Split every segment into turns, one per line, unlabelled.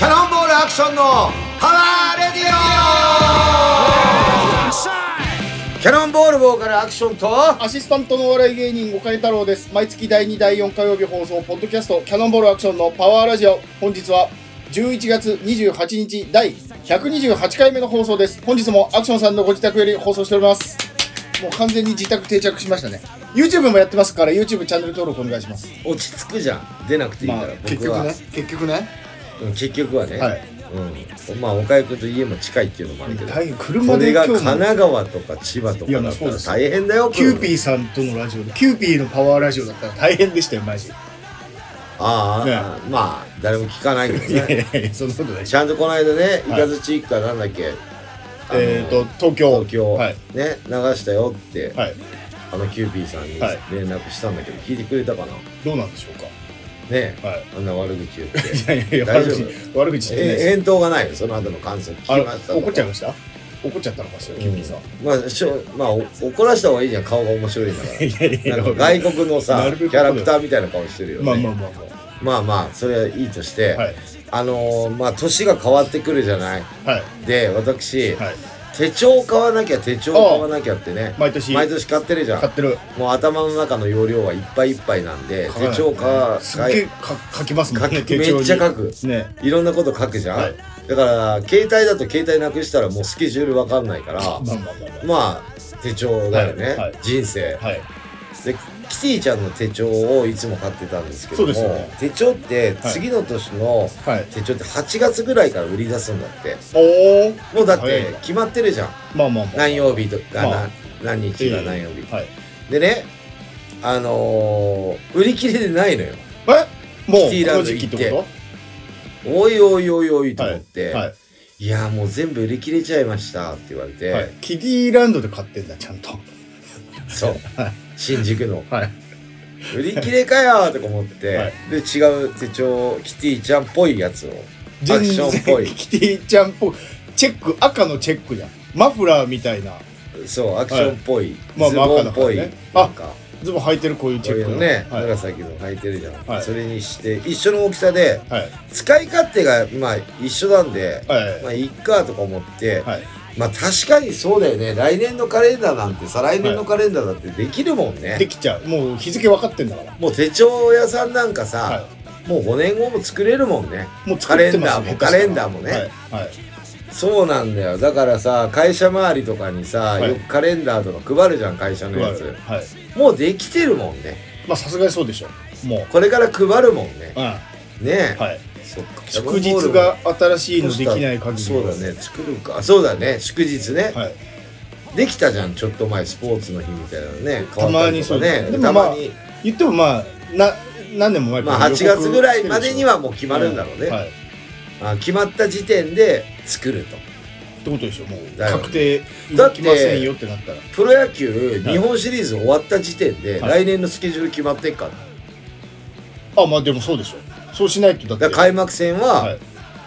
クションのパワーレディオキャノンボール棒からアクションと
アシスタントのお笑い芸人岡井太郎です。毎月第2、第4火曜日放送、ポッドキャスト、キャノンボールアクションのパワーラジオ。本日は11月28日、第128回目の放送です。本日もアクションさんのご自宅より放送しております。もう完全に自宅定着しましたね。YouTube もやってますから、YouTube チャンネル登録お願いします。
落ち着くじゃん出なくていいから、
まあ
結
僕は
局ね結局ね
うん結局はね、
はい
うん、まあ岡井君と家も近いっていうのもあるけど
大変、
こ
車
れ
で
が
今
神
日も。
奈川とか千葉とかだ
いや
っ
そ
た
う
ら
です
大変だよ
キューピ
ー
ーさんとのラジオで、キューピーのパワーラジオだったら大変でしたよ、マジで。
ああ、まあ誰も聞かないけど
いやい
ね
やい や、そんなことないし。
ちゃんとこの間ね「い
はい
かずち一家」なんだっけ、あの
えっ、と、東京。
東京、
はい。
ね流したよって、
はい。
あのキューピーさんに
はい
連絡したんだけど聞いてくれたかな
どうなんでしょうか。
ね
はい。
あんな悪口 言って
いやいやいや、
大
悪
丈夫
口、悪口言ってない
え
です。
返答がないよその後の感想聞き
あ
ました
怒っちゃいました怒っちゃったのかしら、キミさん。
まあ、しょまあお怒らした方がいいじゃん顔が面白いんだか
いやい
らなんか外国の
な
さ
るべ
キ
く
ャラクターみたいな顔してるよね
まあまあまあ
まあまあそれはいいとして、
まあ。はい。
あのーまあ年が変わってくるじゃない
はい。
で私、
はい。
手帳買わなきゃ手帳買わなきゃってね
毎年、
毎
買
年買ってるじゃん
ってる。
もう頭の中の容量はいっぱいいっぱいなんで
書かな
手
い
帳か
すっげえか書きますも
書
んね、
く
手
め
帳に。
っちゃ書く
ね。
いろんなこと書くじゃん、
はい
だから携帯だと携帯なくしたらもうスケジュールわかんないから
まあまあまあ
まあ手帳だよね、
はいはい
人生
まあ。はい。
でキティちゃんの手帳をいつも買ってたんですけども、
そうですよね
手帳って
い
次の年の
はい。
手帳って8月ぐらいから売り出すんだって
おー。
もうだっ
早い
て決まってるじゃん
まあまあまあ。
何曜日とか、
まあ
な何日が何曜日、
はい。
でねあのー売り切れでないのよ
えもう、こ
キティラン
の
ド
時期
行
っ
って
てこ
おいおいおいおいと
とは
思っ
い。
て、
はいい。
やもう全部売り切れちゃいましたって言われて、
はい。キティランドで買ってんだ、ちゃんと。
そう
はい
新宿の
はい。
売り切れかよとか思って、
はい
で違う手帳キティちゃんっぽいやつをア
全
クションっぽい
然キティちゃんっぽいチェック赤のチェックじゃんマフラーみたいな
そうアクションっぽい、
まあ
ズ
まあ
ボンっぽい、
赤だからねあ
なんか
ズボン履いてるこういうチ
こう
ェ
いう
ック
のね、
はい、はい
紫の履いてるじゃん、
はい
それにして一緒の大きさで使い勝手がまあ一緒なんで、
はい
まあいっかとか思って、
はい
まあ確かにそうだよね来年のカレンダーなんて再来年のカレンダーだってできるもんね、
できちゃうもう日付分かってんだから
もう手帳屋さんなんかさ、
は
もう5年後も作れるもんね
いもう作ってますね
カレンダーもカレンダーもね
はい、はい
そうなんだよだからさ会社周りとかにさ、
い
よくカレンダーとか配るじゃん会社のやつ
はい
もうできてるもんね
まあさすがにそうでしょもう
これから配るもんね
うん
ねえ、
はい
そっか
祝日が新しいのできない限り
そうだね作るかそうだね祝日ね、
はい
できたじゃんちょっと前スポーツの日みたいなのね
たまにそう
変わったり
で
とかね
も
た
まあ
まに
言ってもまあな何年も前
まあ
ら
8月ぐらいまでにはもう決まるんだろうね、
はいっ
あ決まった時点で作ると
てことでしょもう
だよね
確定
だっ
動
て
きませんよってなったら
プロ野球
はい
日本シリーズ終わった時点で、
はい
来年のスケジュール決まってっから
あまあでもそうでしょそうしないとだって
だから開幕戦
は
はい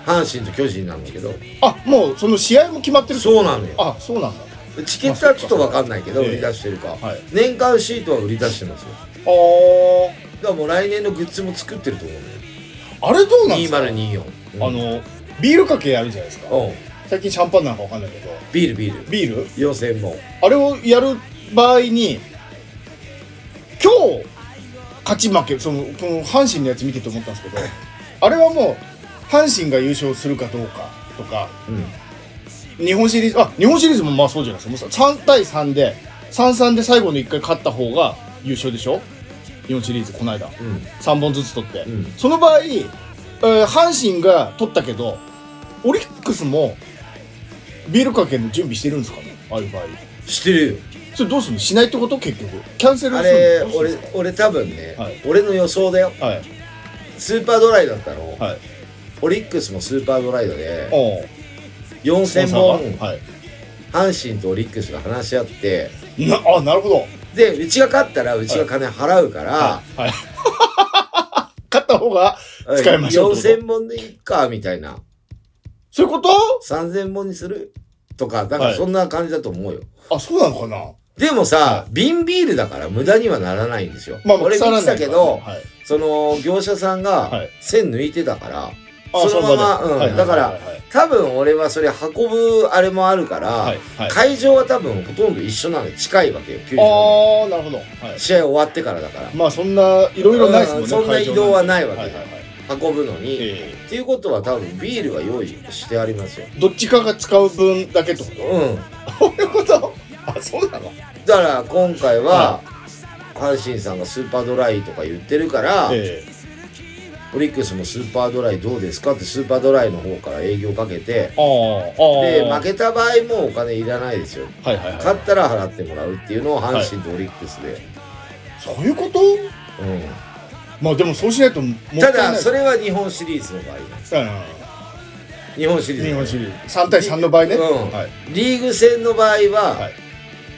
阪神と巨人なんだけど、
あもうその試合も決まってる
そうなのよ
あそうなんだ
チケットはちょっと分かんないけど
まあ
売り出してるか、
はい
年間シートは売り出してますよだ
あ
からもう来年のグッズも作ってると思うね
ああれどうなんですか
2024、うん、
あのビールかけやるじゃないですか
うん
最近シャンパンなんかわかんないけど
ビールビール
ビール
4000本
あれをやる場合に今日勝ち負けそのこの阪神のやつ見てて思ったんですけどあれはもう阪神が優勝するかどうかとか
うん
日本シリーズあ日本シリーズもまあそうじゃないですかもうさ3対3で3-3で最後の1回勝った方が優勝でしょ日本シリーズこの間
うん
3本ずつ取って、
うん
その場合、えー阪神が取ったけどオリックスもビールかけの準備してるんですかねああいう場合
してるよ
それどうするのしないってこと結局キャンセル
あ
する
れ
のどうす
俺
るんです
俺多分ね、
はい
俺の予想だよ
かはい
スーパードライだったの、
はい
オリックスもスーパードライドで
おう
4000本
はい
阪神とオリックスが話し合って
なあなるほど
でうちが勝ったらうちが金払うから、
はい 勝った方が使いましょうってこと
4000本でいっかみたいな
そういうこと
3000本にするとかだから
はい
そんな感じだと思うよ、
あそうなのかな
でもさ瓶ビールだから無駄にはならないんですよ、
まあ
俺見
腐ら
てた
ないか
け
ら
ど、
はい
その業者さんが
はい
線抜いてたから、
あ
そのまま
その場で
うん
はいはい
だから
はいはい
多分俺はそれ運ぶあれもあるから、
はいはい
会場は多分ほとんど一緒なのよ近いわけよ球場
ああなるほど、はい
試合終わってからだから
まあそんないろいろないですもんね
うんそんな
会場
移動はないわけ
はいはいはい
運ぶのに、
え
っていうことは多分ビールは用意してありますよ
えどっちかが使う分だけ ってこ
うん
とそういうことあそうなの
だから今回は、阪神さんがスーパードライとか言ってるから、
ええ
オリックスもスーパードライどうですかってスーパードライの方から営業かけて
ああああ
で負けた場合もお金いらないですよ
はいはいは
勝っ
い
たら払ってもらうっていうのを阪神とオリックスで、
そういうこと
う
まあでもそうしないともったい
ん、
な
た
い
だそれは日本シリーズの場合
う
日本シリー
ん
ズ
日
の場合
本シリーズ3対3の場合ね、
うん
はい
リーグ戦の場合は、
はい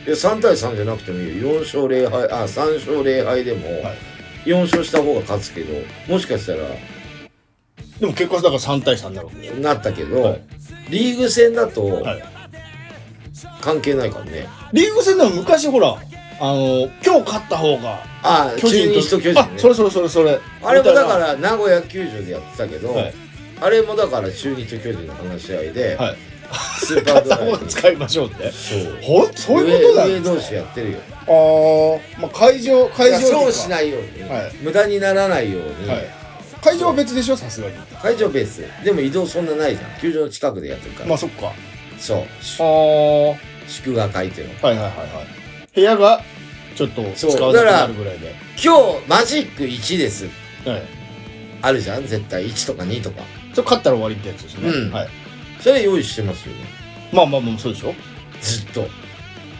いや3対3じゃなくてもいいよ4勝0敗あ3勝0敗でも、
はい
4勝した方が勝つけどもしかしたら
でも結果だから3対3になるわけでしょ
なったけど、
はい
リーグ戦だと
はい
関係ないからね、
リーグ戦でも昔ほらあの今日勝った方が
ああ中日と巨人
あそ
ね
れそれそれそれ
あれもだ
みた
か
いな
ら名古屋球場でやってたけど、
はい
あれもだから中日と巨人の話し合いで、
はい
スーパー
勝っ
ド
た
ライ
方が使いましょうって
そう
ほんそういうことなん
上
で
上
すか
同士やってるよ
ああまあ会場会場
いやそうし
い
ないように、
はい
無駄にならないように、
はい会場は別でしょさすがに
会場ベースでも移動そんなないじゃん球場の近くでやってるから、
まあそっか
そう
ああはい
祝賀会っていうの
はいはいはい部屋がちょっと使
そう
わなくなるぐらいで
今日マジック1です
はい
あるじゃん絶対1とか2とか
それ勝ったら終わりってやつですね、
うん
はい
それ用意してますよね
まあまあまあそうでしょ
ずっと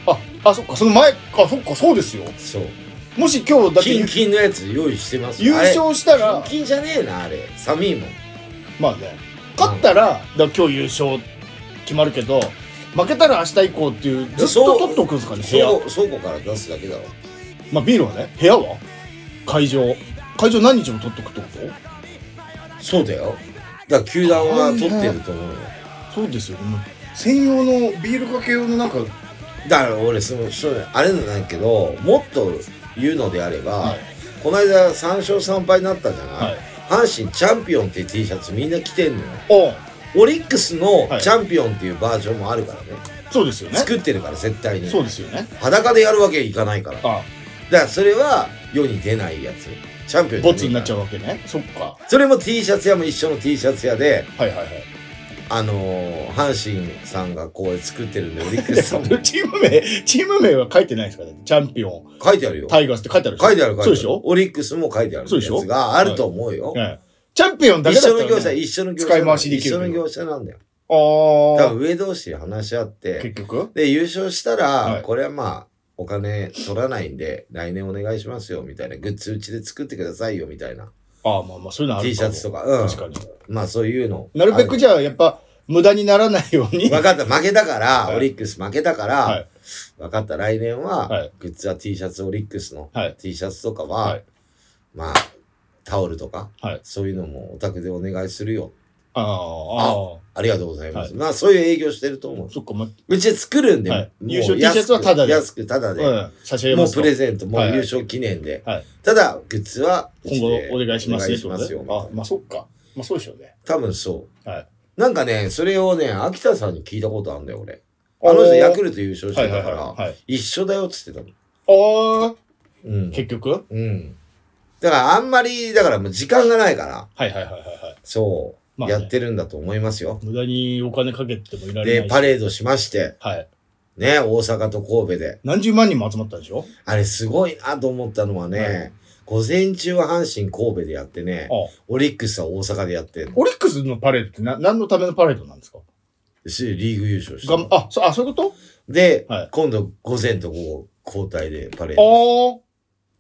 ああそっかその前かそっかそうですよ
そう
もし今日だって
キンキンのやつ用意してます
優
よ
勝した
あれ
ら
キンキンじゃねえなあれ寒いもん
まあね勝ったら,、だから今日優勝決まるけど負けたら明日以降っていうずっ
そ
と
う
取っておくんですかね部
倉庫
屋
倉庫から出すだけだわ
まあビールはね部屋は会場会場何日も取っておくってこと
そうだよだから球団は取ってると思うよ
そうですよね専用のビールかけ用のなんか
だから俺そのそうあれなんだけどもっと言うのであれば、
はい
この間3勝3敗になったじゃない、
はい
阪神チャンピオンっていう T シャツみんな着てんのよ
お
オリックスの
はい
チャンピオンっていうバージョンもあるからね、
そうですよね
作ってるから絶対に
そうですよね
裸でやるわけにいかないからだか
あ
らそれは世に出ないやつチャンピオン
ボツになっちゃ
う
うわけねそっか
それも T シャツ屋も一緒の T シャツ屋で
はいはいはい
あのー阪神さんがこう作ってるんでオリックスさんも
チーム名チーム名は書いてないですからねチャンピオン
書いてあるよ
タイガース って書いてある
書いてある書いてある
そうでしょ
オリックスも書いてある
そう
や
でしょ
つがあると思うよ、
はいチャンピオンだけ
一
だ
緒
ったら、
の
ね、
業者一緒の業者
使い回しできる
一緒の業者なんだよ多
あ
分上同士で話し合っ
あ結
て
局
で優勝したら、
はい
これはまあお金取らないんで来年お願いしますよみたいなグッズうちで作ってくださいよみたいな
ああまあまあそういうのある
T シャツと
か
かう
も
ん
確かに
まあそういうの
なるべくじゃあやっぱ無駄にならないよ うに
分かった負けたから、
はい
オリックス負けたから、
はい
分かった来年は、
はい
グッズは T シャツオリックスの
はい
T シャツとかは、
はい
まあタオルとか、
はい
そういうのもお宅でお願いするよ
あああ
ありがとうございます、
は
まあそういう営業してると思う
そっかま
うちで作るんで、
は
も
いう優勝
安く
T シャツはタダで
安くタダで、
うん差し上げ
も
ま
う
す
プレゼント、もう
はい
優勝記念で。
はい
ただ、グッズはうち
今
で、
後お願いしますね
お願いします
ってこと
よ
ねあまあそっかまあそうでしょうね
多分そ。
はいう
なんかね、それをね、秋田さんに聞いたことあるんだよ、俺。あの人、ヤクルト優勝し
は
て
いはい
たか
はい
ら、
はい
一緒だよっつってたもん。
ああ
うん。
結局はい
うん。だから、あんまり、だからもう時間がないから、
はいはいはいはい
そ
ま
う、
あね
やってるんだと思いますよ。
無駄にお金かけてもいられな
で、
い
パレードしまして、
はい
ね、大阪と神戸で。
何十万人も集まったでしょ
あれ、すごいなと思ったのはね、
は
午前中は阪神神戸でやってね、
ああ
オリックスは大阪でやってんの
オリックスのパレードってな何のためのパレードなんですか
しリーグ優勝した
がん
の。
あそあそういうこと
で、
はい
今度午前と午後交代でパレード。
あ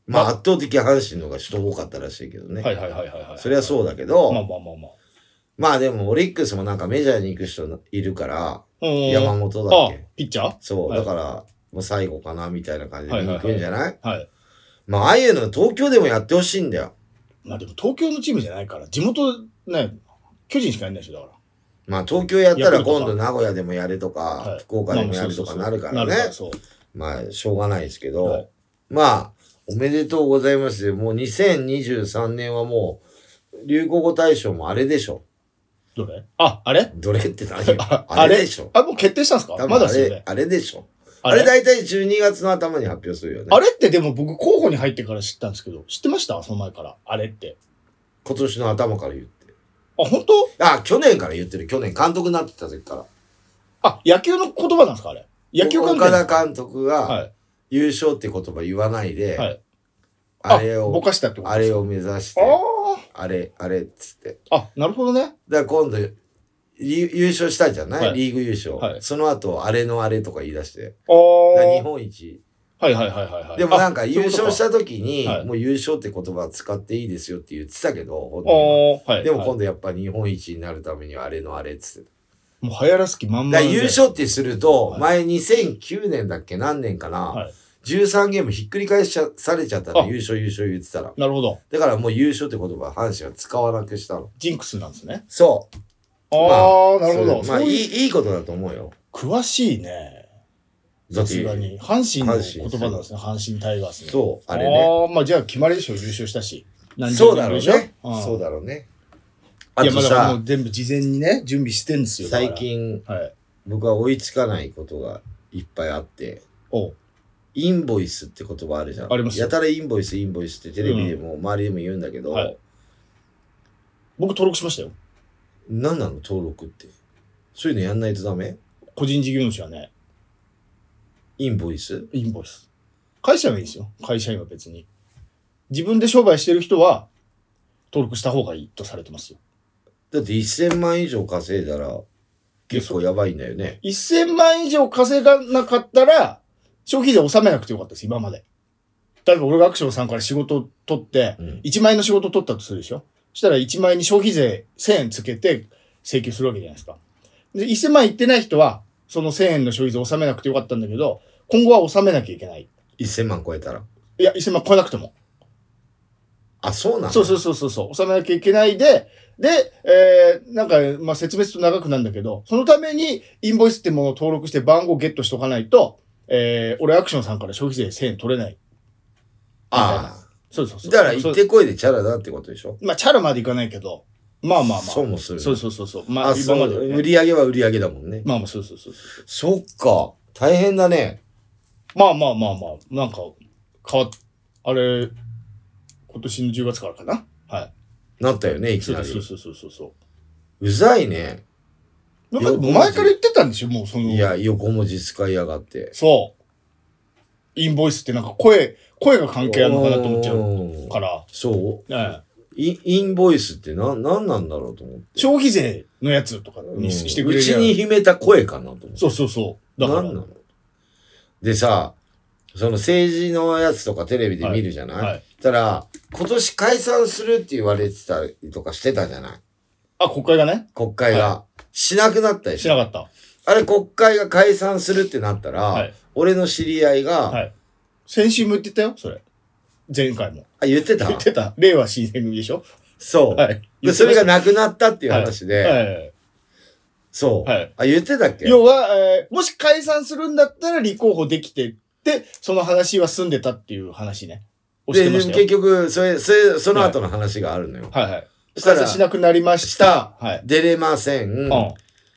まあ
まあ
圧倒的阪神の方が人多かったらしいけどね。
あはいはいはいはいはい
そりゃそううだけど、
まあまあまあまあ
まあでもオリックスもなんかメジャーに行く人いるから、
うん
山本だっけ
あピッチャー
そう、
はい
だから、もう最後かなみたいな感じで
はいは
行
いはい
くんじゃない,、
はい。
まあああいうの東京でもやってほしいんだよ。
まあでも東京のチームじゃないから、地元ね、巨人しかいないでしょ、だか
まあ東京やった
ヤク
ら
ルトか
今度名古屋でもやれとか、
ら。はい
福岡でもやるとかなるからね
ま。あそうそうそうなる
まあ、しょうがないですけど、
はい
まあ、おめでとうございますよもう2023年はもう、流行語大賞もあれでしょ。
どれあ、あれ
どれって何よ
あ
あれでしょ
あ、もう決定したんです
多
か
分
まだ
あ
ですよ
れ
ね。
あれでしょ
あ
あ
れ
れ大体12月の頭に発表するよね
あれってでも僕候補に入ってから知ったんですけど、知ってましたその前から。あれって。
今年の頭から言って
あ、本当
あ去年から言ってる去年監督になってた時から
あ、野球の言葉なんですかあれ。野球関係
岡田監督
は
が
い。
優勝って言葉言わないで、
はい
あれ
ぼ
を
かしたってこと
あ
です
れを目指して
かあ
あれあれっつって
あ。あ、なるほどね。
だから今度り優勝したじゃない、
はい
リーグ優勝、
はい
その後あれのあれとか言い出して
あ
だから日
あ。
本一
はいはいはいはいはい。
でもなん
あ
か優勝し。
そういう
た時に
はい
もう優勝って言葉使っていいですよって言ってたけど本
こ
人は
とかあーはい。
でも
はい
今度やっぱ日本一になるためにはあれのあれっつって
もう流行らす気満々
だから
で。
優勝ってすると
は、い
前2009年だっけ何年か
は
な、
い。
13ゲームひっくり返しちゃされちゃった
あ
の、優勝優勝言ってたら。
なるほど。
だからもう優勝って言葉、阪神は使わなくしたの。
ジンクスなんですね。
そう。
ああ、なるほど。
そうまあ
そう
い
いう
い、いいことだと思うよ。
詳しいね。
だ
さ
って
すがに。阪神の言葉なんですね。阪神タイガースの。
そう、あれね。
ああ、まあじゃあ決まりでしょ、優勝したし。何十
そうだ
年ぶ
ろう
りでしょ
ね。
ん
そうだろうね。あ
いや、
と
まあだからも
さ
う、全部事前にね、準備してんですよ。だから
最。近
はい。
僕は追いつかないことがいっぱいあって、
おう
インボイスって言葉あるじゃん。
ありますよ
やたらインボイス、インボイスってテレビでも周りでも言うんだけど、
はい僕登録しましたよ。
何なの登録って。そういうのやんないとダメ
個人事業主はね、
インボイス
インボイス。会社はいいですよ。会社員は別に。自分で商売してる人は、登録した方がいいとされてますよ。
だって1000万円以上稼いだら結構やばいんだよね。
1000万以上稼がなかったら、消費税納めなくてよかったです、今まで。例えば俺がアクションさんから仕事を取って、
うん
1万円の仕事を取ったとするでしょそしたら1万円に消費税1000円つけて請求するわけじゃないですか。で、1000万円いってない人は、その1000円の消費税納めなくてよかったんだけど、今後は納めなきゃいけない。
1000万超えたら。
いや、1000万超えなくても。
あ、そうなの
そうそうそうそうそう、納めなきゃいけないで、で、えー、なんか、まあ、説明すると長くなるんだけど、そのために、インボイスってものを登録して番号ゲットしとかないと、えー、俺アクションさんから消費税1000円取れない。
あ
そうそうそ
あ。
う。
だから行
そ
っ
う
てこいでチャラだってことでしょ
まあ、チャラまでいかないけど、まあまあまあ。
そうもする。
そうそうそうそう。まあ、
あ、
今
そ
ま
う。
ではね、
売り上げは売り上げだもんね。
まあまあ、そうそうそうそ
そ
う。
っか。大変だね。
まあまあまあまあ、なんか、変わっ、あれ、今年の10月からかな。はい。
なったよね、いき
そう
な
だそう
り。
そうそうそうそう
ざいね。
う。なんかもう前から言ってたんでしょもうその。
いや、横文字使いやがって。
そう。インボイスってなんか声、声が関係あるのかなと思っちゃう
う
から。
そう
ええ
インインボイスってな、なんなんだろうと思って。
消費税のやつとか
うん
にしてくれ
う
る
ち
やん
に秘めた声かなと思って。
そうそうそう。だから。
なんなのでさ、その政治のやつとかテレビで見るじゃない、
はい。
たら、今年解散するって言われてたりとかしてたじゃない
あ、国会がね、
国会が。しなくなったで
し
し
な
ょ
かった。
あれ国会が解散するってなったら、
はい
俺の知り合いが、
はい先週も言ってたよ、それ。前回も。
あ、言ってた
言ってた。令和新選組でしょ
そう、
はい。
で。それが
な
なくなったっていう話で、
はい。
そう、
はい
あ、言ってたっけ
要は、えーもし解散するんだったら立候補できてって、その話は済んでたっていう話ね。をして
で、
ました
結
よ。
局、それ、それ、その後の話があるのよ。
はいはい。
した
解
ら
散しなくなりました。はい。
出れません。
うん。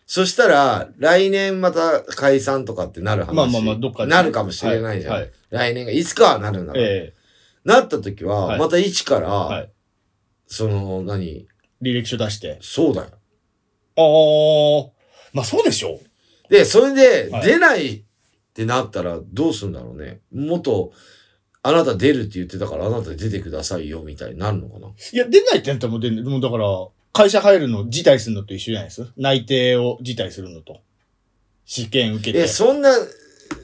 そしたら、来年また解散とかってなる話。
まあまあまあどっかでね
なるかもしれないじゃん。
はいはい
来年が、いつかはなるんだろう
ええ
なった時は、
はい
また一から、
はい
その、何
履歴書出して。
そうだよ。
ああ、まあそうでしょう。
で、それで
は、い
出ないってなったら、どうするんだろうね。もっと、あなた出るって言ってたから、あなた出てくださいよ、みたいになるのかな。
いや、出ないってなったらもう出ない。もうだから、会社入るの辞退するのと一緒じゃないです内定を辞退するのと。試験受けて
え、。そんな、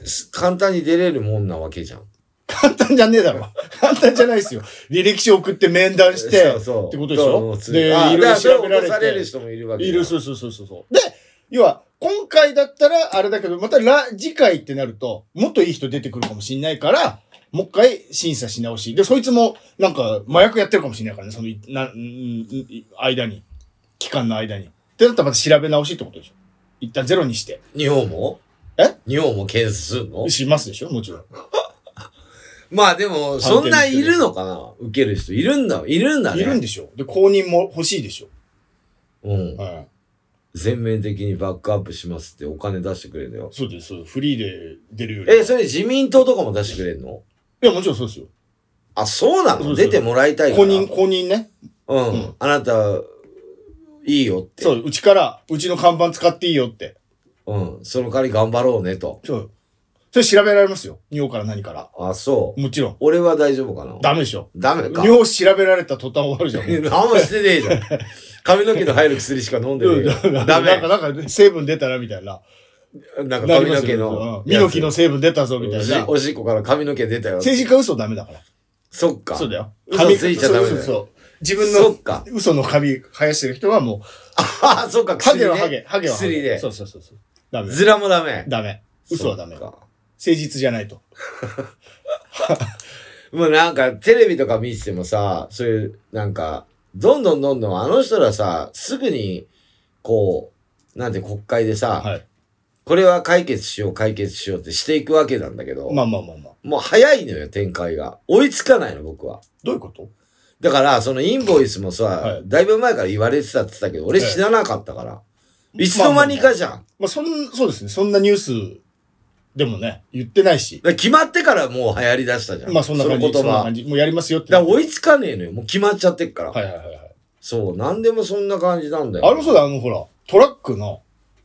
す簡単に出れるもんなわけじゃん。
簡単じゃねえだろ。簡単じゃないですよ。履歴書送って面談して
そう、そう
ってことでしょ
そうそう
で
あ
いろいろ
だからそ
調べられ
落
て
とされる人もいるわけじ
い
ゃん
る、そうそうそうそうそう。で、要は、今回だったらあれだけど、またら次回ってなると、もっといい人出てくるかもしんないから、もう一回審査し直し。で、そいつも、なんか、麻薬やってるかもしんないからね、その、いな、んん間に。期間の間に。ってなったらまた調べ直しってことでしょ。一旦ゼロにして。
日本も
え
日本も検出するの
しますでしょもちろん。
まあでも、そんないるのかな受ける人。いるんだ、いるんだね。
いるんでしょで、公認も欲しいでしょ。
うん。
うん。
全面的にバックアップしますってお金出してくれるのよ。
そうです、そうですフリーで出るより。
え、それ自民党とかも出してくれるの
いや、もちろんそうですよ。
あ、そうな
そ
の
うそう
出てもらいたいか
公
ら。
認、公認ね。
うん。
うん
あなた、いいよって。
そう、うちから、うちの看板使っていいよって。
うん。その代わり頑張ろうねと。
そう。それ調べられますよ。尿から何から。
あ、そう。
もちろん。
俺は大丈夫かな
ダメでしょ。
ダメか。
尿調べられた途端終わるじゃん。
何もしてねえじゃん。髪の毛の入る薬しか飲んでね えよ。ダ
なんか、
メ。
なんか、成分出たらみたいな。
なんか
なり
髪
ま
の
す
毛
よ
の。
うんミノキの成分出たぞみたい
おし
な。
おしっこから髪の毛出たよ。
政治家嘘ダメだから。
そっか。
そうだよ。
嘘ついちゃダメだよ
そうそうそう。自分
そ
の
っか。
嘘の髪生やしてる人はもう、
ああ、そっか。
ハ
薬
ゲ
ね
はハゲ、ハゲはハ
薬
ゲ。
で
そ。うそうそうそう。ダメ。
ズラもダメ。
ダメ。嘘はダメ。
そっ
誠
か
実じゃないと。
もうなんかテレビとか見ててもさ、そういうなんか、どんどんどんどんあの人らさ、すぐに、こう、なんて国会でさ、
はい。
これは解決しよう解決しようってしていくわけなんだけど、
まあまあまあまあ。
もう早いのよ展開が。追いつかないの僕は。
どういうこと
だから、そのインボイスもさ、
はい
だいぶ前から言われてたって言ってたけど、俺
ええ
知らなかったから。いつの間にかじゃん。
まあ、そん、そうですね。そんなニュースでもね、言ってないし。
だから決まってからもう流行り出したじゃん。
まあ、そんな感じ。
の言
そんな
葉。
感じ。もうやりますよって。
だ
は
から
い
追いつかねえのよ。もう決まっちゃってっから。
はいはいはい。
そう、なんでもそんな感じなんだよ。
あの、そうだ、あの、ほら、トラックの、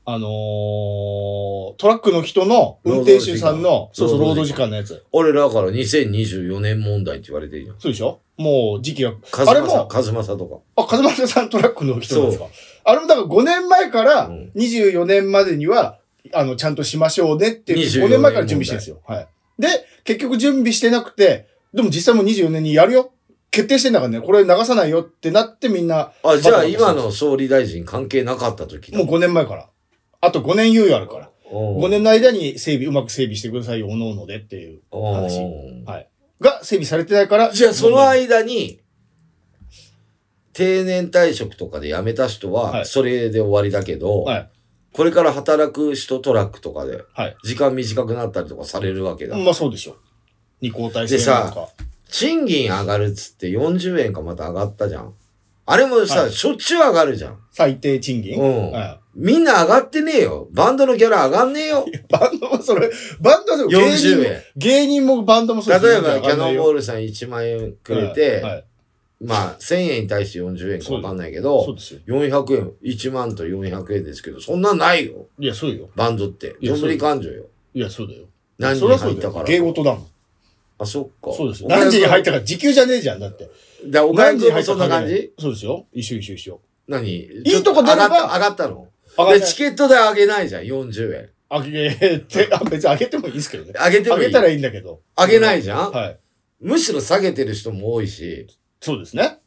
あのー、トラックの人の、運転手さんの、そうそう、労
労
働
働
時
時
間のやつ。
俺らから2024年問題って言われてるじゃん。
そうでしょもう、時期が。
カ
あれ
ズマさん、
も、
カズマさんと
あ、風間さんトラックの人なんですかあれも、だから5年前から
うん
24年までには、あの、ちゃんとしましょうねっていう、
24
5年前から準備してるんですよ。はい。で、結局準備してなくて、でも実際もう24年にやるよ。決定してんだからね、これ流さないよってなってみんな、
か。あ、じゃあ
バカバカ
今の総理大臣関係なかった時だ。
もう5年前から。あと5年猶予あるから。
うん、
5年の間に整備、うまく整備してくださいよ、おのおのでっていう。話
うん
はいが整備されてないから。
じゃあその
間
間に、定年退職とかで辞めた人
は
はいそれで終わりだけど、
はい
これから働く人トラックとかで
はい、
時間短くなったりとかされるわけだ。
まあそうでしょ。二交代制なのか。
賃金上がるっつって40円かまた上がったじゃん。あれもさ、
はい
しょっちゅう上がるじゃん。
最低賃金、
うん
は
みんな上がってねえよ。バンドのギャラ上がんねえよ。
いバンドもそれ、バンドも芸人も
40円。
芸人もバンドもそう
例えば、キャノンボ
ー
ールさん1万円くれて、
はいはい
まあ、1000円に対して40円かわかんないけ
そう
ど、
ですよ。
400円、1万と400円ですけど、そんなんないよ。
いや、そうよ。
バンドって。
いや
どんぶり
そ
勘定よ。
いや、そうだよ。
何人
そり
に
ゃそ
入っ
うだ
たか
よ。
ら。
芸事だもん。
あ、そっか。
そうですよ。何時に入ったたから時給じゃねえじゃん、だって。
だお金
何時に
君
入
も
った
そん
か
な
関
感
係ない
じ
そうですよ。一緒一緒一緒。
何い
いいとこ出れ
上が
ば
った上がったの
上が
で、
り
チケット代上げないじゃん、40円。
あげて、あ、別にあげてもいいですけどね。
上げて
あ
もいい。
げたらいいんだけど。
上げないじゃん、
はい。
むしろ下げてる人も多いし、
そうですね。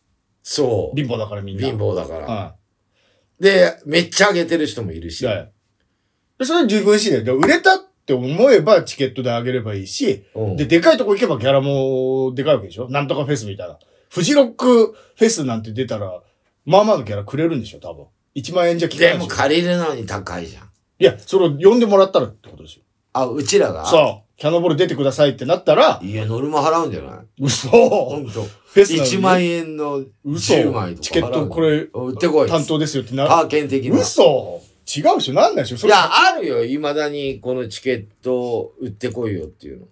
そう。
貧乏だからみんな。
貧乏だから。
は
で、めっちゃ上げてる人もいる
い。
し。
はい。で、それは十分しだよ。で売れたって思えばチケットであげればいいし、
うん
で、でかいとこ行けばギャラもでかいわけでしょなんとかフェスみたいな。フジロックフェスなんて出たら、まあまあのギャラくれるんでしょ多分。1万円じゃ効かな
で
いでし
も
ょ
借りるのに高いじゃん。
いや、それを呼んでもらったらってことですよ。
あ、うちらが
そう。キャノンボール出てくださいってなったら、
いや、ノルマ払うんじゃない
嘘
ほ
フ
んと。
ェスなのに
1万円の
嘘
10枚とか。
チケットこ。れ、
売ってこい。
担当ですよってな
パーケン的な。
嘘違うでしょなんないでしょそ
い
れ
や、あるよ。未だにこのチケット売ってこいよっていうの。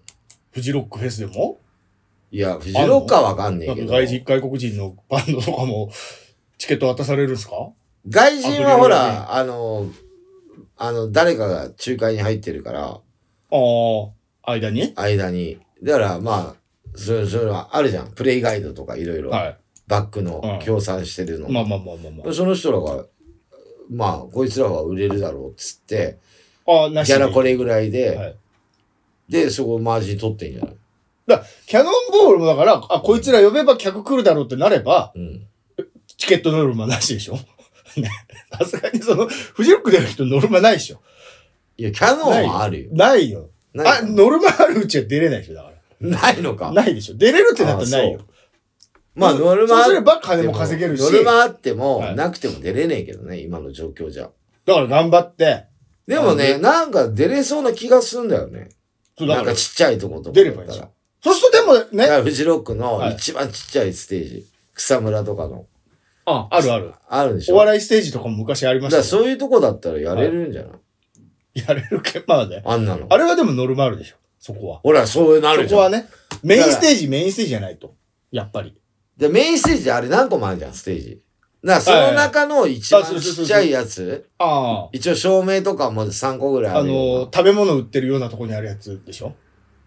フジロックフェスでも
いや、フジロッカーわかんね
な
え
ん
け
か
ど。
外人、外国人のバンドとかも、チケット渡されるんすか
外人はほ
ア
ら、あの、あの、誰かが仲介に入ってるから、
ああ、間に
間に。だから、まあ、それ、それはあるじゃん。プレイガイドとかいろいろ。
は
バック
うん
の協賛してるの。
い。まあまあまあまあま
その人らが、まあ、こいつらは売れるだろうっつって、
あ。ああ、なし
ギ
で
ャラこれぐらいで、
はい
で、そこマージン取ってんじゃない
キャノンボールもだから、あ、こいつら呼べば客来るだろうってなれば、
うん。
チケットノルマなしでしょ ねさすがにその、フジロックでやる人ノルマないでしょ
いや、キャノンはあるよ。
ないよ。
ない
あ、ノルマあるうちは出れないでしょだか
ないの
ら。
か。
ないでしょ出れるってなったらないよ
あ。まあ、ノルマ
そう
あ
すれ
っ
ば金
て
も
も、
稼げるし。
ノルマあっても、
はい
なくても出れねえけどね、今の状況じゃ。
だから頑張って、
でも
あ
ね、なんか出れそうな気がすんだよね。
そうだ
な
か
ん
ら
かちっちゃいとことか
出ればいいじゃんそうするとでも
だか
ね、
らフジロックの
はい
一番ちっちゃいステージ、草むらとかの。
あ、あるある。
あるでしょ
お笑いステージとかも昔ありま
だか
した
ら
よ。
そういうとこだったらやれるんじゃない、
やれるけ、まあね。
あんなの。
あれはでもノルマあるでしょ。そこは。
ほら、そうなる
そ
じ
こ
ゃ
は
ん。
ね。メインステージ、メインステージじゃないと。やっぱり。
で、メインステージあれ何個もあるじゃん、ステージ。だからその中の一
あ
番
そうそうそ
ち
うそう
っちゃいやつ、
あ
一応照明とかも3個ぐらい
あ。
あ
あ
るような
の、食べ物売ってるようなとこにあるやつでしょ。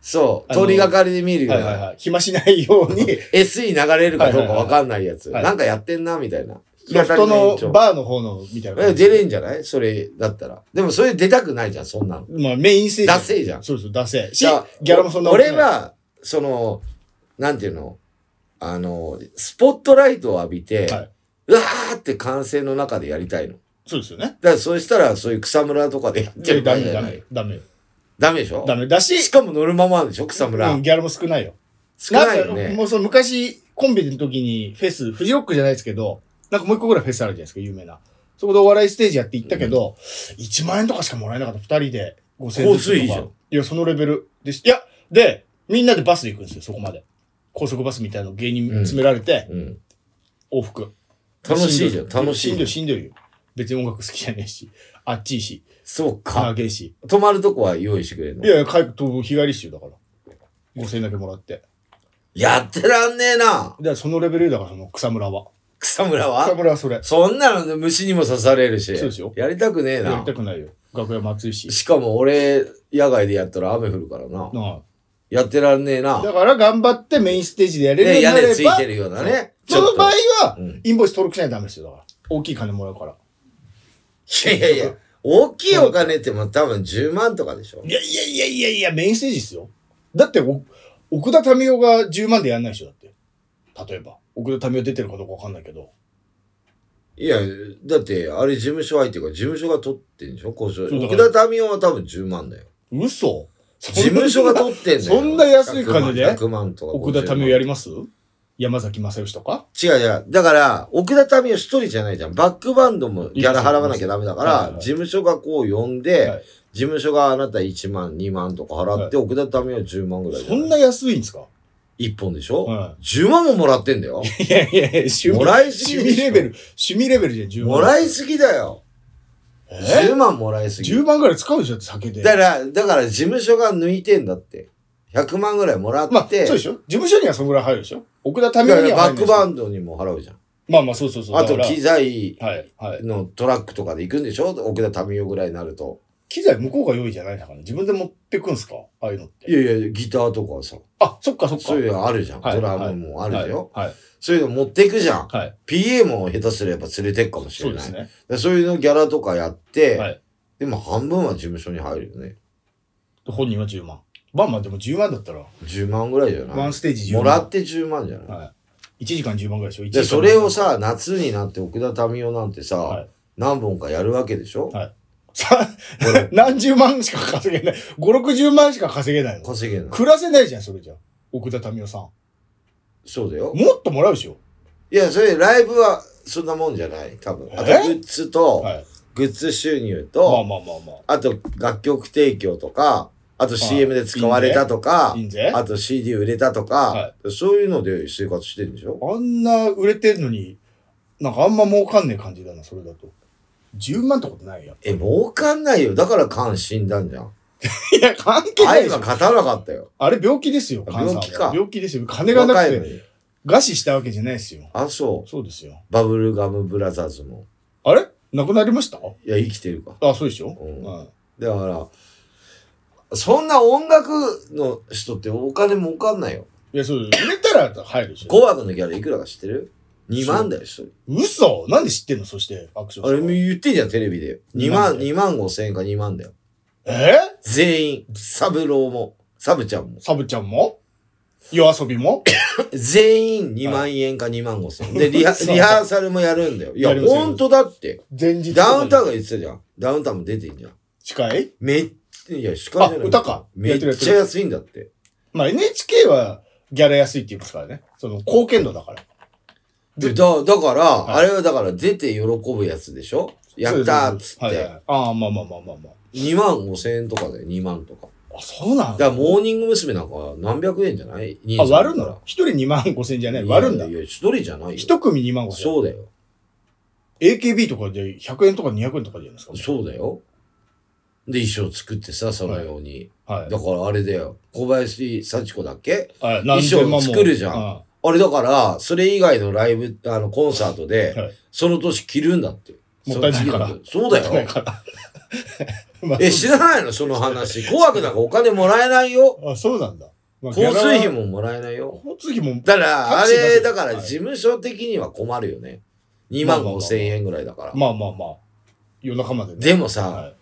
そう、
あの
通りがかりで見るよ
は
う
いはい
な。
はい。暇しないよ うに、
SE 流れるかどうかわかんないやつ。
はいはいはいはい
なんかやってんな、みたいな。
ロフト
弾き語り
の
の延
バーの方の、みたい
長
な感
え
じ。
出れんじゃないそれだったら。でもそれ出たくないじゃん、そんなの。
まあ、メインステージ。
ダセえじゃん。
そうそう、ダセえ。し
じゃあ、
ギャラもそんな大きくな
俺
い、
は、その、なんていうのあの、スポットライトを浴びて、
はいう
わーって歓声の中でやりたいの。
そうですよね。
だからそうしたら、そういう草むらとかでやっ
い
て
や
る
ダ
場合
メ、
じゃ
ダ
ない
メ。、ダメよ。
ダメでしょ
ダメだ
し
し、
かも乗るままあるでしょ草むら。
うん、ギャラも少ないよ。
少ないよ
んか
ね。
もうその昔、コンビの時にフェス、フジロックじゃないですけど、なんかもう一個ぐらいフェスあるじゃないですか、有名な。そこでお笑いステージやって行ったけど、1万円とかしかもらえなかった、二人で。5000円ずつと
交通
か
費じゃん
いや、そのレベルでしいや、で、みんなでバスで行くんですよ、そこまで。高速バスみたいなの芸人詰められて、
うん。
往復。
楽しいじゃん。楽し
しん
い
ど
じゃ
い、
ん。
しんどいよ。別に音楽好きじゃねえし、あっちいし、
そうか。
長いし。
泊まるとこは用意してくれるの
いやいや、帰る、日帰りっすよ、だから。5000円だけもらって。だか
やってらんねえな
らそのレベルよだから、その草むらは。
草むら
草
は
むらはそれ。
そんなの虫にも刺されるし。
そうですよ
やりたくねえ
やり
な
た。くないよ。楽屋も暑いし。
しかも俺、野外でやったら雨降るからな。
な
やってらんねえな
あ。だから頑張ってメインステージでやれるよう
ね、
にな
屋
れば、
根ついてるようなね。ち
そ
ょっ
の場合
と。
は、
うん
インボイス登録しないとダメですよ。だから。大きい金もらうから。
いやいやいや、大きいお金っても多分10万とかでしょ
い。やいやいやいやいや、メインステージですよ。だってお、奥田民生が10万でやんないでしょ、だって。例えば。奥田民生出てるかどうかわかんないけど。
いや、だって、あれ事務所相手が、事務所が取ってんでしょ交渉。
そうだ
奥
から
田民生は多分10万だよ。
嘘事
事務所が取ってんだよ。
そんな安い金で
100万とか
奥田
50万
民生やります山崎正義とか
違う違う。だから、奥田民生一人じゃないじゃん。バックバンドもギャラ払わなきゃダメだか
はいはい
ら
は、い
事務所がこう呼んで、
はい
事務所があなた1万、2万とか払って、奥田民生10万ぐらいじ
そ
ゃ
ん
ない。
な安いんですか
1本でしょ、
は
?10 万ももらってんだ よ。
いやいやいや、趣味。
もらいす
趣
ぎでし
味
ょ
レベル。趣味レベルじゃん、10
も
万。
らいすぎだよ。
え
10万もらいすぎ。
10万ぐらい使うでしょ、酒で。
だから、だから事務所が抜いてんだって。100万ぐらいもらって、
まあ、そうでしょ事務所にはそのぐらい入るでしょ奥田
だ
民
か
生に
ら
は
バッ
入るで
ク
しょ
バンドにも払うじゃん。
まあまあ、そうそうそう。
あと
だから
機材
はい、はい。
のトラックとかで行くんでしょ奥田民生ぐらいになると。
機材向こうが用意じゃないのかな自分で持ってくんすかああいうのっ
い
て。
やいや、ギターとかさ。
あ、そっかそっか。
そういうのあるじゃん。
はい
ドラムもあるじゃんよ、
はい。はい。
そういうの持っていくじゃん。
はい
PA も下手すれば連れてくかもし
そ
れ
うで
ない。
す
そう,、
ね。
そういうのギャラとかやって、
はい
でも半分は事務所に入るよね。
本人は10万。まあまあ、でも10万だったら、
10万ぐらいじゃ
ワ
な
ンステージ
い
10
も
万。
らって10万じゃない、
はい。1時間10万ぐらいでしょ
でそれを、さ、夏になって奥田民生なんてさ、
はい
何本かやるわけでしょ、
はいさ
これ
何十万しか稼げない。5、60万しか稼げないの。
稼 げない。
暮らせないじゃん、それじゃ。奥田民生さん。
そうだよ。
もっともらうでしょ
いや、それライブはそんなもんじゃない多分。あとグ
え
ッズと、
はい。
グッズ収入
まあ
と、
まあまあまあ。
あと楽曲提供とか、あと CM で使われたとか、
印税
あと CD 売れたとか、
は
そういうので生活してるんでしょ
あんな売れてんのに、なんかあんま儲かんねえ感じだな、それだと。10万ってことな いよ。
え、儲かんないよ。だから缶死んだんじゃん。
いや、関係ない
愛
でし
は
ょ。
勝たなかったよ。
あれ病気ですよ、
あ
菅さんは
病気か
病気ですよ。金がな
若い
く
の
て、
に。
餓死したわけじゃないですよ。
あ、そう。
そうですよ。
バブルガムブラザーズも。
あれ亡くなりました
いや、生きてるか。
あ、そうでしょ、
うん
はい
だから、そんな音楽の人ってお金儲かんないよ。
いや、そう、売れたら入るでしょ。
紅白のギャラいくらか知ってる ?2 万だよ、一人。
嘘なんで知ってんのそして、アクション
あ
さ
れ
んは
言ってんじゃん、テレビで。2
2
万、
万
2万5千円か2万だよ。
え
全員、サブローも、サブちゃんも
ー、。サブちゃんも夜遊びも
全員2万円か2万5千円。で、リハ
そう
リハーサルもやるんだよ。いや
や、りますよ
ほんとだって。
前日
ダウンタウンが
ン
言ってたじゃん。ダウンタウンも出てんじゃん。
近い
めっちゃ、いや、司会じゃない
あ歌か
めっ
やって
ち
る
ゃ
や
安いんだって。
まあ NHK はギャラ安いって言いますからね。その貢献度だから。
でだ、だから、
い
あれはだから出て喜ぶやつでしょやったーっつっ
はいは
て。
いはいああ、まあまあまあまあま
2万5千円とかだよ、2万とか。
あ。あ、そうなん
だ
だ。
から、モーニング娘。なんか何百円じゃない
あ、割るの一人2万5千じゃない。割るんだ
い。や、いや一人じゃないよ。
一組2万5千。
そうだよ。
AKB とかで100円とか200円とかじゃないですか。
そうだよ。で、衣装作ってさ、そのように。
はい。
だからあれだよ。小林幸子だっけ
はい、
衣装作るじゃん
は
あれだから、それ以外のライブ、あの、コンサート
い。
で、
はい
その年着るんだって。
もったいないから
その次の年 そうだよ。
から。まあ
え、知らないのその話。紅白なんかお金もらえないよ。
あ、そうなんだ。まあ
交通費。
ギャラは
ももらえないよ。
交通費も、
だから、
タ
あ
クシー出せ
れ、だから
はい
事務所的には困るよね。2万5千円ぐらいだから。
まあまあまあ、夜中までね。
でもさ、
は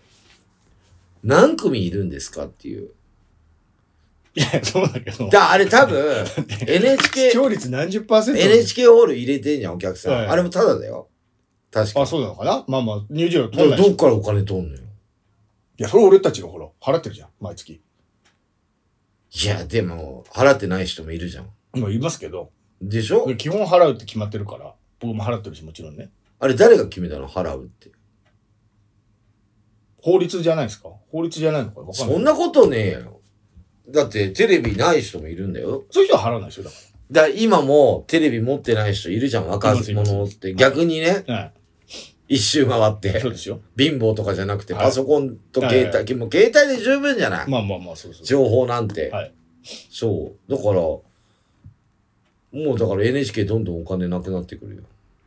何組いるんですかっていう。
い。いや、そうだけど。
だ、あれ多 分、
視
NHK、
聴率何十パーセント
NHK ホール入れてんじゃん、お客さ
はい
ん。あれもタダだよ。確か
あ、そうなのかなまあまあ、入場料取
に。
らな
だ
い
から
で
ど
しょ
っからお金取んのよ。
いや、それ俺たちがほら、払ってるじゃん、毎月。
いや、でも、払ってない人もいるじゃん。
まあ、いますけど、
でしょ
基本払うって決まってるから、僕も払ってるし、もちろんね。
あれ誰が決めたの払うって。
法律じゃないですか法律じゃないのかわかんない。
そんなことねえよ。だって、テレビない人もいるんだよ。
そういう人は払わないですよ、だか
だから今もテレビ持ってない人いるじゃん、若者って。逆にね、
ら。は
一周回っ
い。
て
そう、ですよ。
貧乏とかじゃなくて、
はい
パソコンと携帯、
は
もう携帯で十分じゃない、
まあまあまあ、そうそう。
情報なんて、
はい
そう。だから、もうだから NHK どんどんお金なくなってくるよ。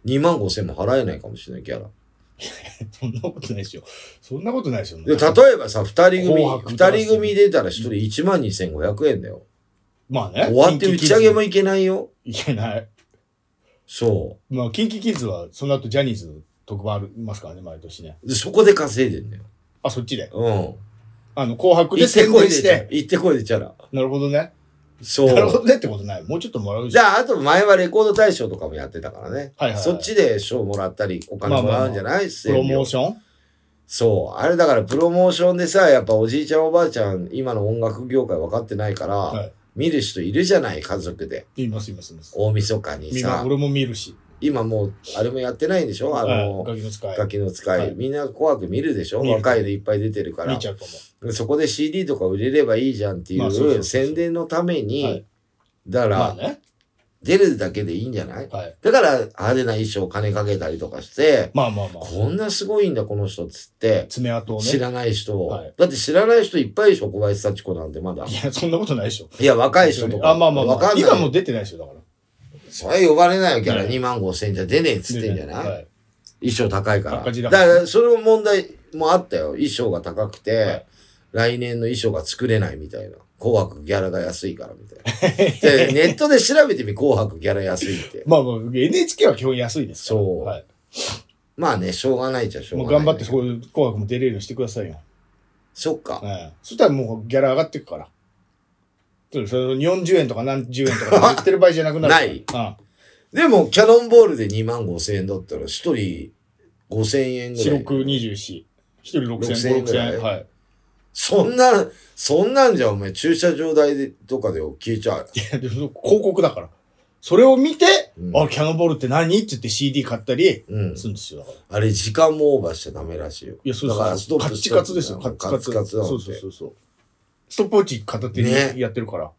2万5千も払えないかもしれない、ギャラ。
そんなことないですよ。そんなことないですよ。
で例えばさ、二人組、
紅白歌合
二
戦
人組出たら一人1万2500円だよ。
まあね。
終わって打ち上げも
い
いけないよ。
けない。
そ
まあ、キンキキッズは、その後ジャニーズの特番ありますからね、毎年ね。
う。でそこで稼いでんだよ。
あ、そっちで。
うん。
あの、紅白
行
で
って
宣
こい
伝
で
し
ちゃ
て。
行ってこいでちゃら。
なるほどね。
そ
なるほ
う。
どねってことない。もうちょっともらう
じ
じゃん。
ゃあ、あと前はレコード大賞とかもやってたからね。
はいはいはい
そっちで賞もらったり、お金もらうんじゃない
プロモー
ョン。
ション
そう。あれだからプロモーションでさ、やっぱおじいちゃんおばあちゃん、今の音楽業界分かってないから、
はい
見る人いるじゃない、家族で。
言います、言います、言います。
大晦日に
みん
さ
な、。俺も見るし。
今もう、あれもやってないんでしょあ
はい
の、
ガキの使い。
ガキの使い。
はい
みんな怖く見るでしょ
見る
若いのいっぱい出てるから
見。ちゃうかも。
そこで CD とか売れればいいじゃんってい
まあそうそうそうう
宣伝のために、
はい
だから、
まあね。
出るだけでいいんじゃない
はい。
だから、派手な衣装を金かけたりとかして、
まあまあまあ。
こんなすごいんだ、この人っつって、
爪痕をね。
知らない人を。
はい
だって知らない人いっぱいでしょ、小林幸子なんてまだ
い。や、そんなことないでしょ。
いや、若い人とか。
あ、まあまあま
わか
あ。
ん
以
な
下
い。
もう出てないでしょ、だから。
それ呼ばれないよ、キャラ
ね
2万5千じゃ出ねえっつってんじゃない、
はい。
衣装高いから。
赤字
だ
だ
か
から
ら、その問題もあったよ。衣装が高くて、
はい
来年の衣装が作れないみたいな。紅白ギャラが安いからみたい な。で、ネットで調べてみ、紅白ギャラ安いって。
まあまあ、NHK は基本安いですから。
そう
はい。
まあね、しょうがないじゃしょう
もう
がない、
頑張って、そこで紅白も出れるようにしてくださいよ。
そっか。
ええそしたらもうギャラ上がっていくから。そうそれ40円とか何十円と か言ってる場合じゃなくなる。
ない
あ
でも、キャノンボールで2万5千円だったら、一人5千円
あ。
ぐ
四
ら
六
い。
二十四。一人六千
6000
五六
ぐらい
千。はい。
そんな、そんなんじゃ、お前、駐車場代でとかで消えちゃう。
いやでも広告だから。それを見て、
うん
あ、キャノンボールって何って言って CD 買ったり
うん。
するんですよ。だから。
あれ、時間もオーバーしちゃダメらしいよ。
いや、そう
だから
そう
ス
そ
ト
う。
ッ
カ
プ
ッ
し
チ
ちゃう
カツですよ。カッチカツ。
カツカツだもん
そうそうそうそう。ストップウォッチ片手
ね
にやってるから。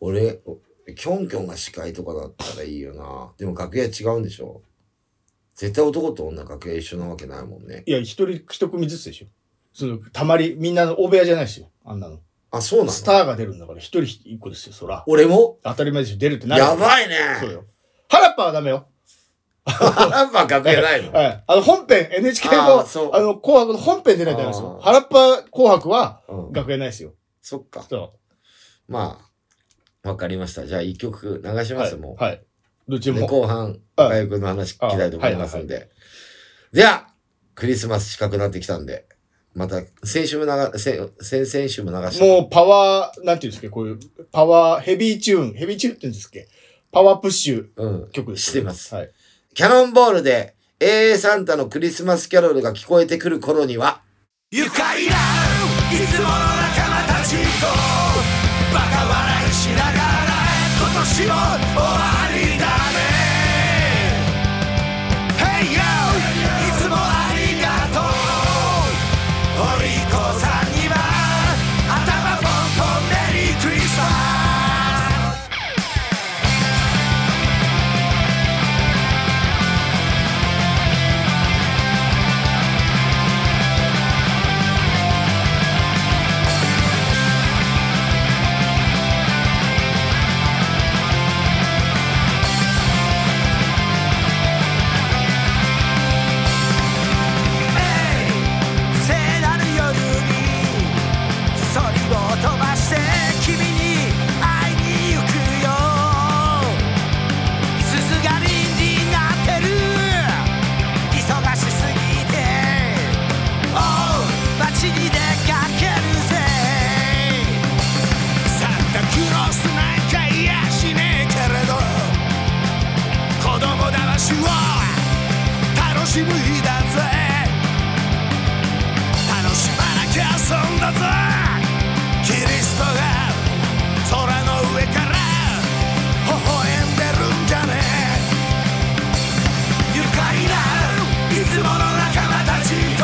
俺、キョンキョンが司会とかだったらいいよな。でも楽屋違うんでしょ絶対男と女楽屋一緒なわけないもんね。
いや、一人一組ずつでしょ。その、たまり、みんなの大部屋じゃないですよ。あんなの。
あ、そうな
ス
の
ターが出るんだから、一人一個ですよ、そら。
俺も
当たり前でしょ、出るってなる。
やばいね。
そうよ。ハラッパはダメよ。
やっぱ楽屋ないの。
はい。あの、本編、NHK
あ
の、
ー
あ
そう
の、紅白の本編出ないとダメですよ
あ。ー
ハラッパ紅白は、
うん、
学園ないですよ。
そっか。
そ
まあ、わかりました。じゃあ一曲流し
う。
ま
は
す、
い。
も
はい。どっち
う。で、
も。
後半、
はい
赤井君の話聞きたいと思いますんで。では、クリスマス近くなってきたんで、また、先週も流、先先々週も流して、
もう、パワー、なんていうんですか、こういう、パワー、ヘビーチューン、ヘビーチューンって言うんですっけパワープッシュ
うん。
曲です。
してます
はい。
キャノンボールで AA サンタのクリスマスキャロルが聞こえてくる頃には、
愉快ないつもの仲間たちとバカ笑いしながら今年も終わりだね Hey yo いつもありがとうお利口さんには頭ポンポンメリークリスマス「週を楽しむ日だぜ楽しまなきゃ損だぜキリストが空の上から微笑んでるんじゃねえ愉快ないつもの仲間たちと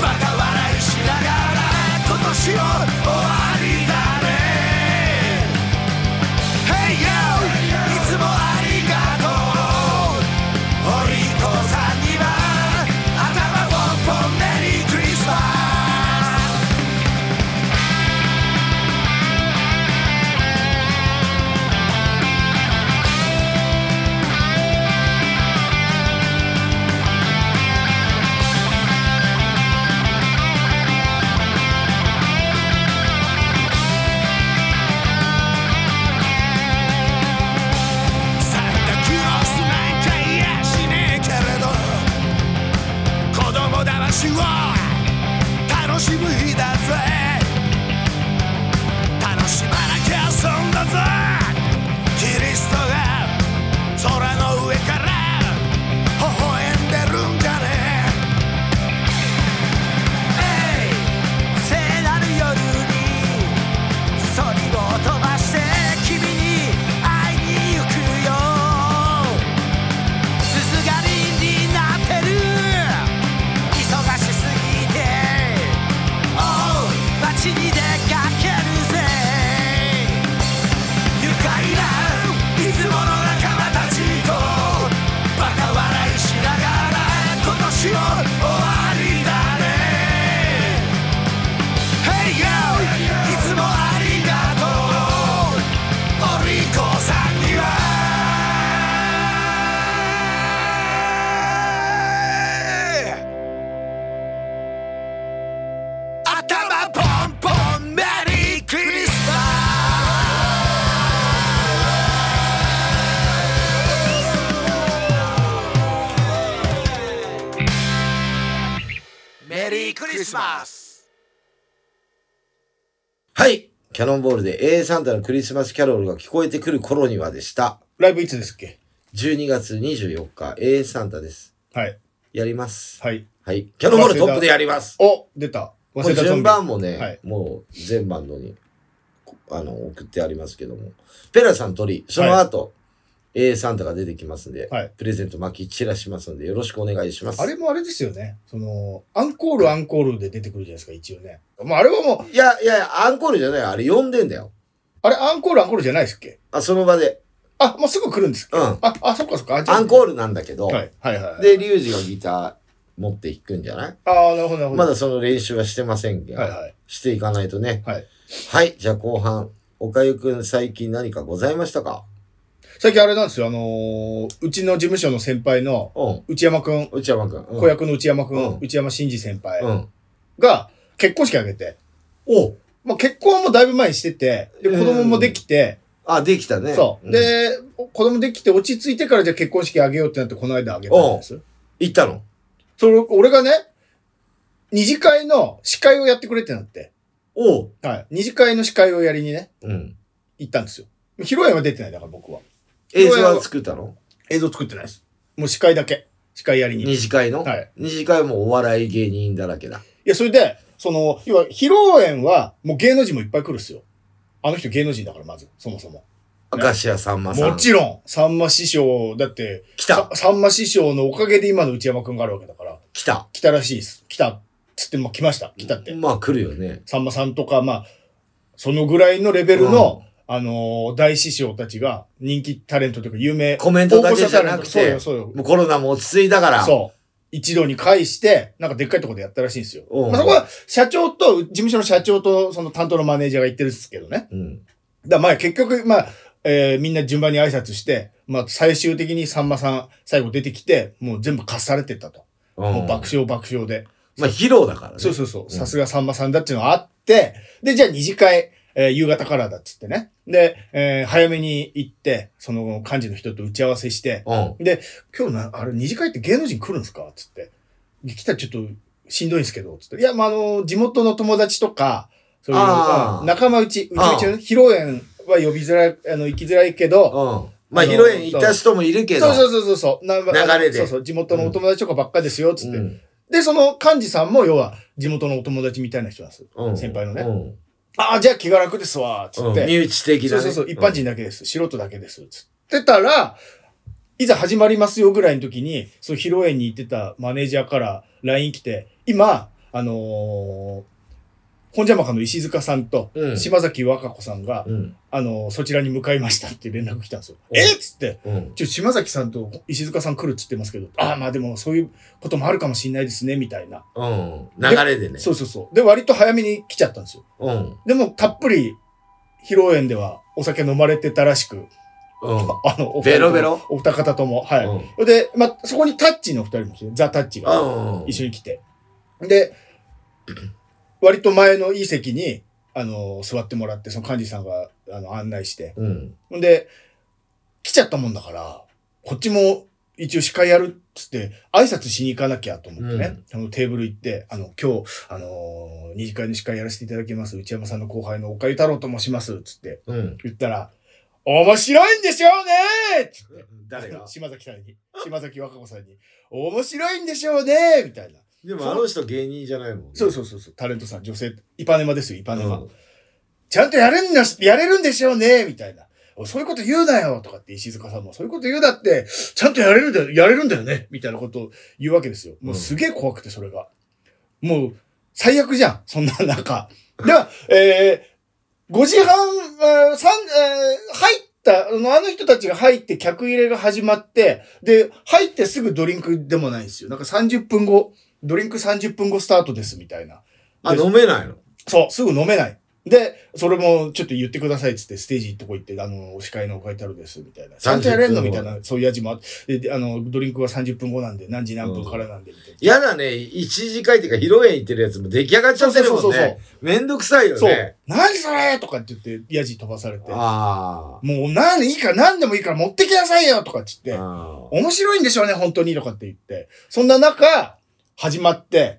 バカ笑いしながら今年を終わりだね Hey yo! いつもありがとうお利口さんには頭ポンポンメリークリスマスサンタクロースなんかいやしねえけれど子供だましを楽しむ日だぜ楽しまなきゃ損だぜキリストが空の上から微笑んでるんじゃねえ聖なる夜にそりを飛ばして君に会いに行くよ鈴がりになってる忙しすぎておう街に出かけるぜ愉快ないつもの仲間たちとバカ笑いしながら今年を終わりだね Hey yo! いつもありがとうお利口さんには頭ポンポンメリークリスマスメリークリスマス
はい。キャノンボールで A サンタのクリスマスキャロルが聞こえてくる頃にはでした。
ライブいつですっけ
12月24日、A サンタです。
はい。
やります。
はい。
はい。キャノンボールトップでやります。
お出た。
これ
忘れたゾン
順
ビ。
番もね、
はい
もう全番のに、こあの、送ってありますけども。ペラさん取り、その後、A サンタが出てきますんで、
はい
プレゼント巻き散らしますので、よろしくお願いします。
あれもあれですよね。その、アンコールアンコールで出てくるじゃないですか、一応ね。まあ、あれはもう、
いやいや、アンコールじゃないよあれ読んでんだよ。
あれアンコールアンコールじゃないですっけ
あ、その場で。
あ、もうすぐ来るんですっけ
うん。
あ、あ、そっかそっか。
アンコ
ー
ールなんだけど、
はい、はいはいはい。
で、リュウジがギター持っていくんじゃない
ああ、なるほど、なるほど。
まだその練習はしてませんけど、
はいはい。
していかないとね。
はい。
はい、じゃあ後半。おかゆくん最近何かございましたか
最近あれなんですよ、あのーうちの事務所の先輩の
うん。
内山くん、
内山くん。うん
子役の内山くん、
うん
内山真二先輩
うん。
が結婚式あげて、
お
まあ、結婚はもうだいぶ前にしてて、で、子供もできて、
あ、できたね。
そう。
ん、
で、子供できて落ち着いてからじゃあ結婚式あげようってなってこの間あげたんです。
行ったの
それ、俺がね、二次会の司会をやってくれってなって、
おう。
はい。二次会の司会をやりにね、
うん。
行ったんですよ。披露宴は出てないだから僕は。
映像は作ったの
映像作ってないです。もう司会だけ。司会やりに。
二次会の、
はい
二次会もお笑い芸人だらけだ。
いや、それで、その、要は、披露宴は、もう芸能人もいっぱい来るっすよ。あの人芸能人だから、まず、そもそも。
明石家さんまさん。
もちろん、さんま師匠、だって、
来
さ
た。
さんま師匠のおかげで今の内山くんがあるわけだから、
来た。
来たらしいです。来た、つって、まあ来ました。来たって。
まあ来るよね。
さんまさんとか、まあ、そのぐらいのレベルの、あのー大師匠たちが、人気タレントというか、有名。
コメントだけじゃなくて
そうよ、そうよ。
もうコロナも落ち着いたから。
そう。一度に返して、なんかでっかいところでやったらしいんですよ。
うん
まあ、そこは社長と、事務所の社長と、その担当のマネージャーが言ってるんですけどね。
う。うん。
だからまあ結局、まあ、えーみんな順番に挨拶して、まあ最終的にさんまさん、最後出てきて、もう全部貸されてったと。
うん
もう爆笑爆笑で。
まあ披露だからね。
そうそうそう。さすがさんまさんだっていうのはあって、で、じゃあ二次会、えー夕方からだっつってね。で、えー早めに行って、その幹事の人と打ち合わせして、
うん。
で、今日な、あれ、二次会って芸能人来るんですかつって。で来たらちょっとしんどいんですけど、つって。いや、まあ、あの、地元の友達とか、そういう、
あー
うん仲間内、うちうちの
う
ね披露宴は呼びづらい、あの、行きづらいけど、
うん。まあ、
あの
披露宴行った人もいるけど。
そうそうそうそうそう。な
流れで
そうそう。地元のお友達とかばっかですよ、つって。
うん
で、その幹事さんも、要は、地元のお友達みたいな人なんです。
うん
先輩のね。
うん
ああ、じゃあ気が楽ですわ、つっ
うん身
て。
内的
そ
な
う
ね。
そうそう、一般人だけです。素人だけです。つってたら、いざ始まりますよぐらいの時に、その披露宴に行ってたマネージャーから LINE 来て、今、あのー、本邪魔家の石塚さんと
うん
島崎和歌子さんが、
うん。
あのーそちらに向かいましたって連絡来たんですよ。
うん
えっつって、
うん。
ちょ、島崎さんと石塚さん来るって言ってますけど、ああ、まあでもそういうこともあるかもしれないですね、みたいな。
うん。流れでね。
そうそうそう。で、割と早めに来ちゃったんですよ。
うん。
でも、たっぷり、披露宴ではお酒飲まれてたらしく、
うん。
あの、お二
ベ
人と
ロ
も
ベロ
お二方とも、は
う
い。
ん。
で、まあ、そこにタッチの二人も来て、ザ・タッチが
うん。
一緒に来て。で、割と前のいい席に、あの、座ってもらって、その幹事さんが、あの、案内して。
うん。
んで、来ちゃったもんだから、こっちも一応司会やるっつって、挨拶しに行かなきゃと思ってね、あのテーブル行って、あの、今日、あのー二次会の司会やらせていただきます、内山さんの後輩の岡井太郎と申します、つって
うん。
言ったら、面白いんでしょうねつって
誰が
島崎さんに、島崎和歌子さんに、面白いんでしょうねみたいな。
でもあの人芸人じゃないもんね。
そうそうそうそう、タレントさん、女性、イパネマですよ、イパネマ。
うん
ちゃんとやれんなし、やれるんでしょうね、みたいな。おそういうこと言うなよとかって石塚さんも、そういうこと言うだって、ちゃんとやれるんだよ、やれるんだよねみたいなことを言うわけですよ。もうすげえ怖くて、それが。もう、最悪じゃん、そんな中。では、えー、5時半、えー、三えー入った、あのあの人たちが入って客入れが始まって、で、入ってすぐドリンクでもないんですよ。なんか30分後、ドリンク30分後スタートです、みたいな。
あ、飲めないの
そう、すぐ飲めない。で、それもちょっと言ってくださいっつって、ステージ行っとこ行って、あの、お司会のお書いてあるです、みたいな。ちゃんとやれんのみたいな、そういう味もあって、で、あの、ドリンクは30分後なんで、何時何分からなんで、みたいな。
やだね、一時会っていうか披露宴行ってるやつも出来上がっちゃってるも
そ
ん
うそうそうそう
ね。めんどくさいよ
そう
ね。。
何それとかって言って、ヤジ飛ばされて。も
あ
う、何いいから、何でもいいから持ってきなさいよとかって
ー
言って、
あ
面白いんでしょうね、本当にとかって言って。そんな中、始まって、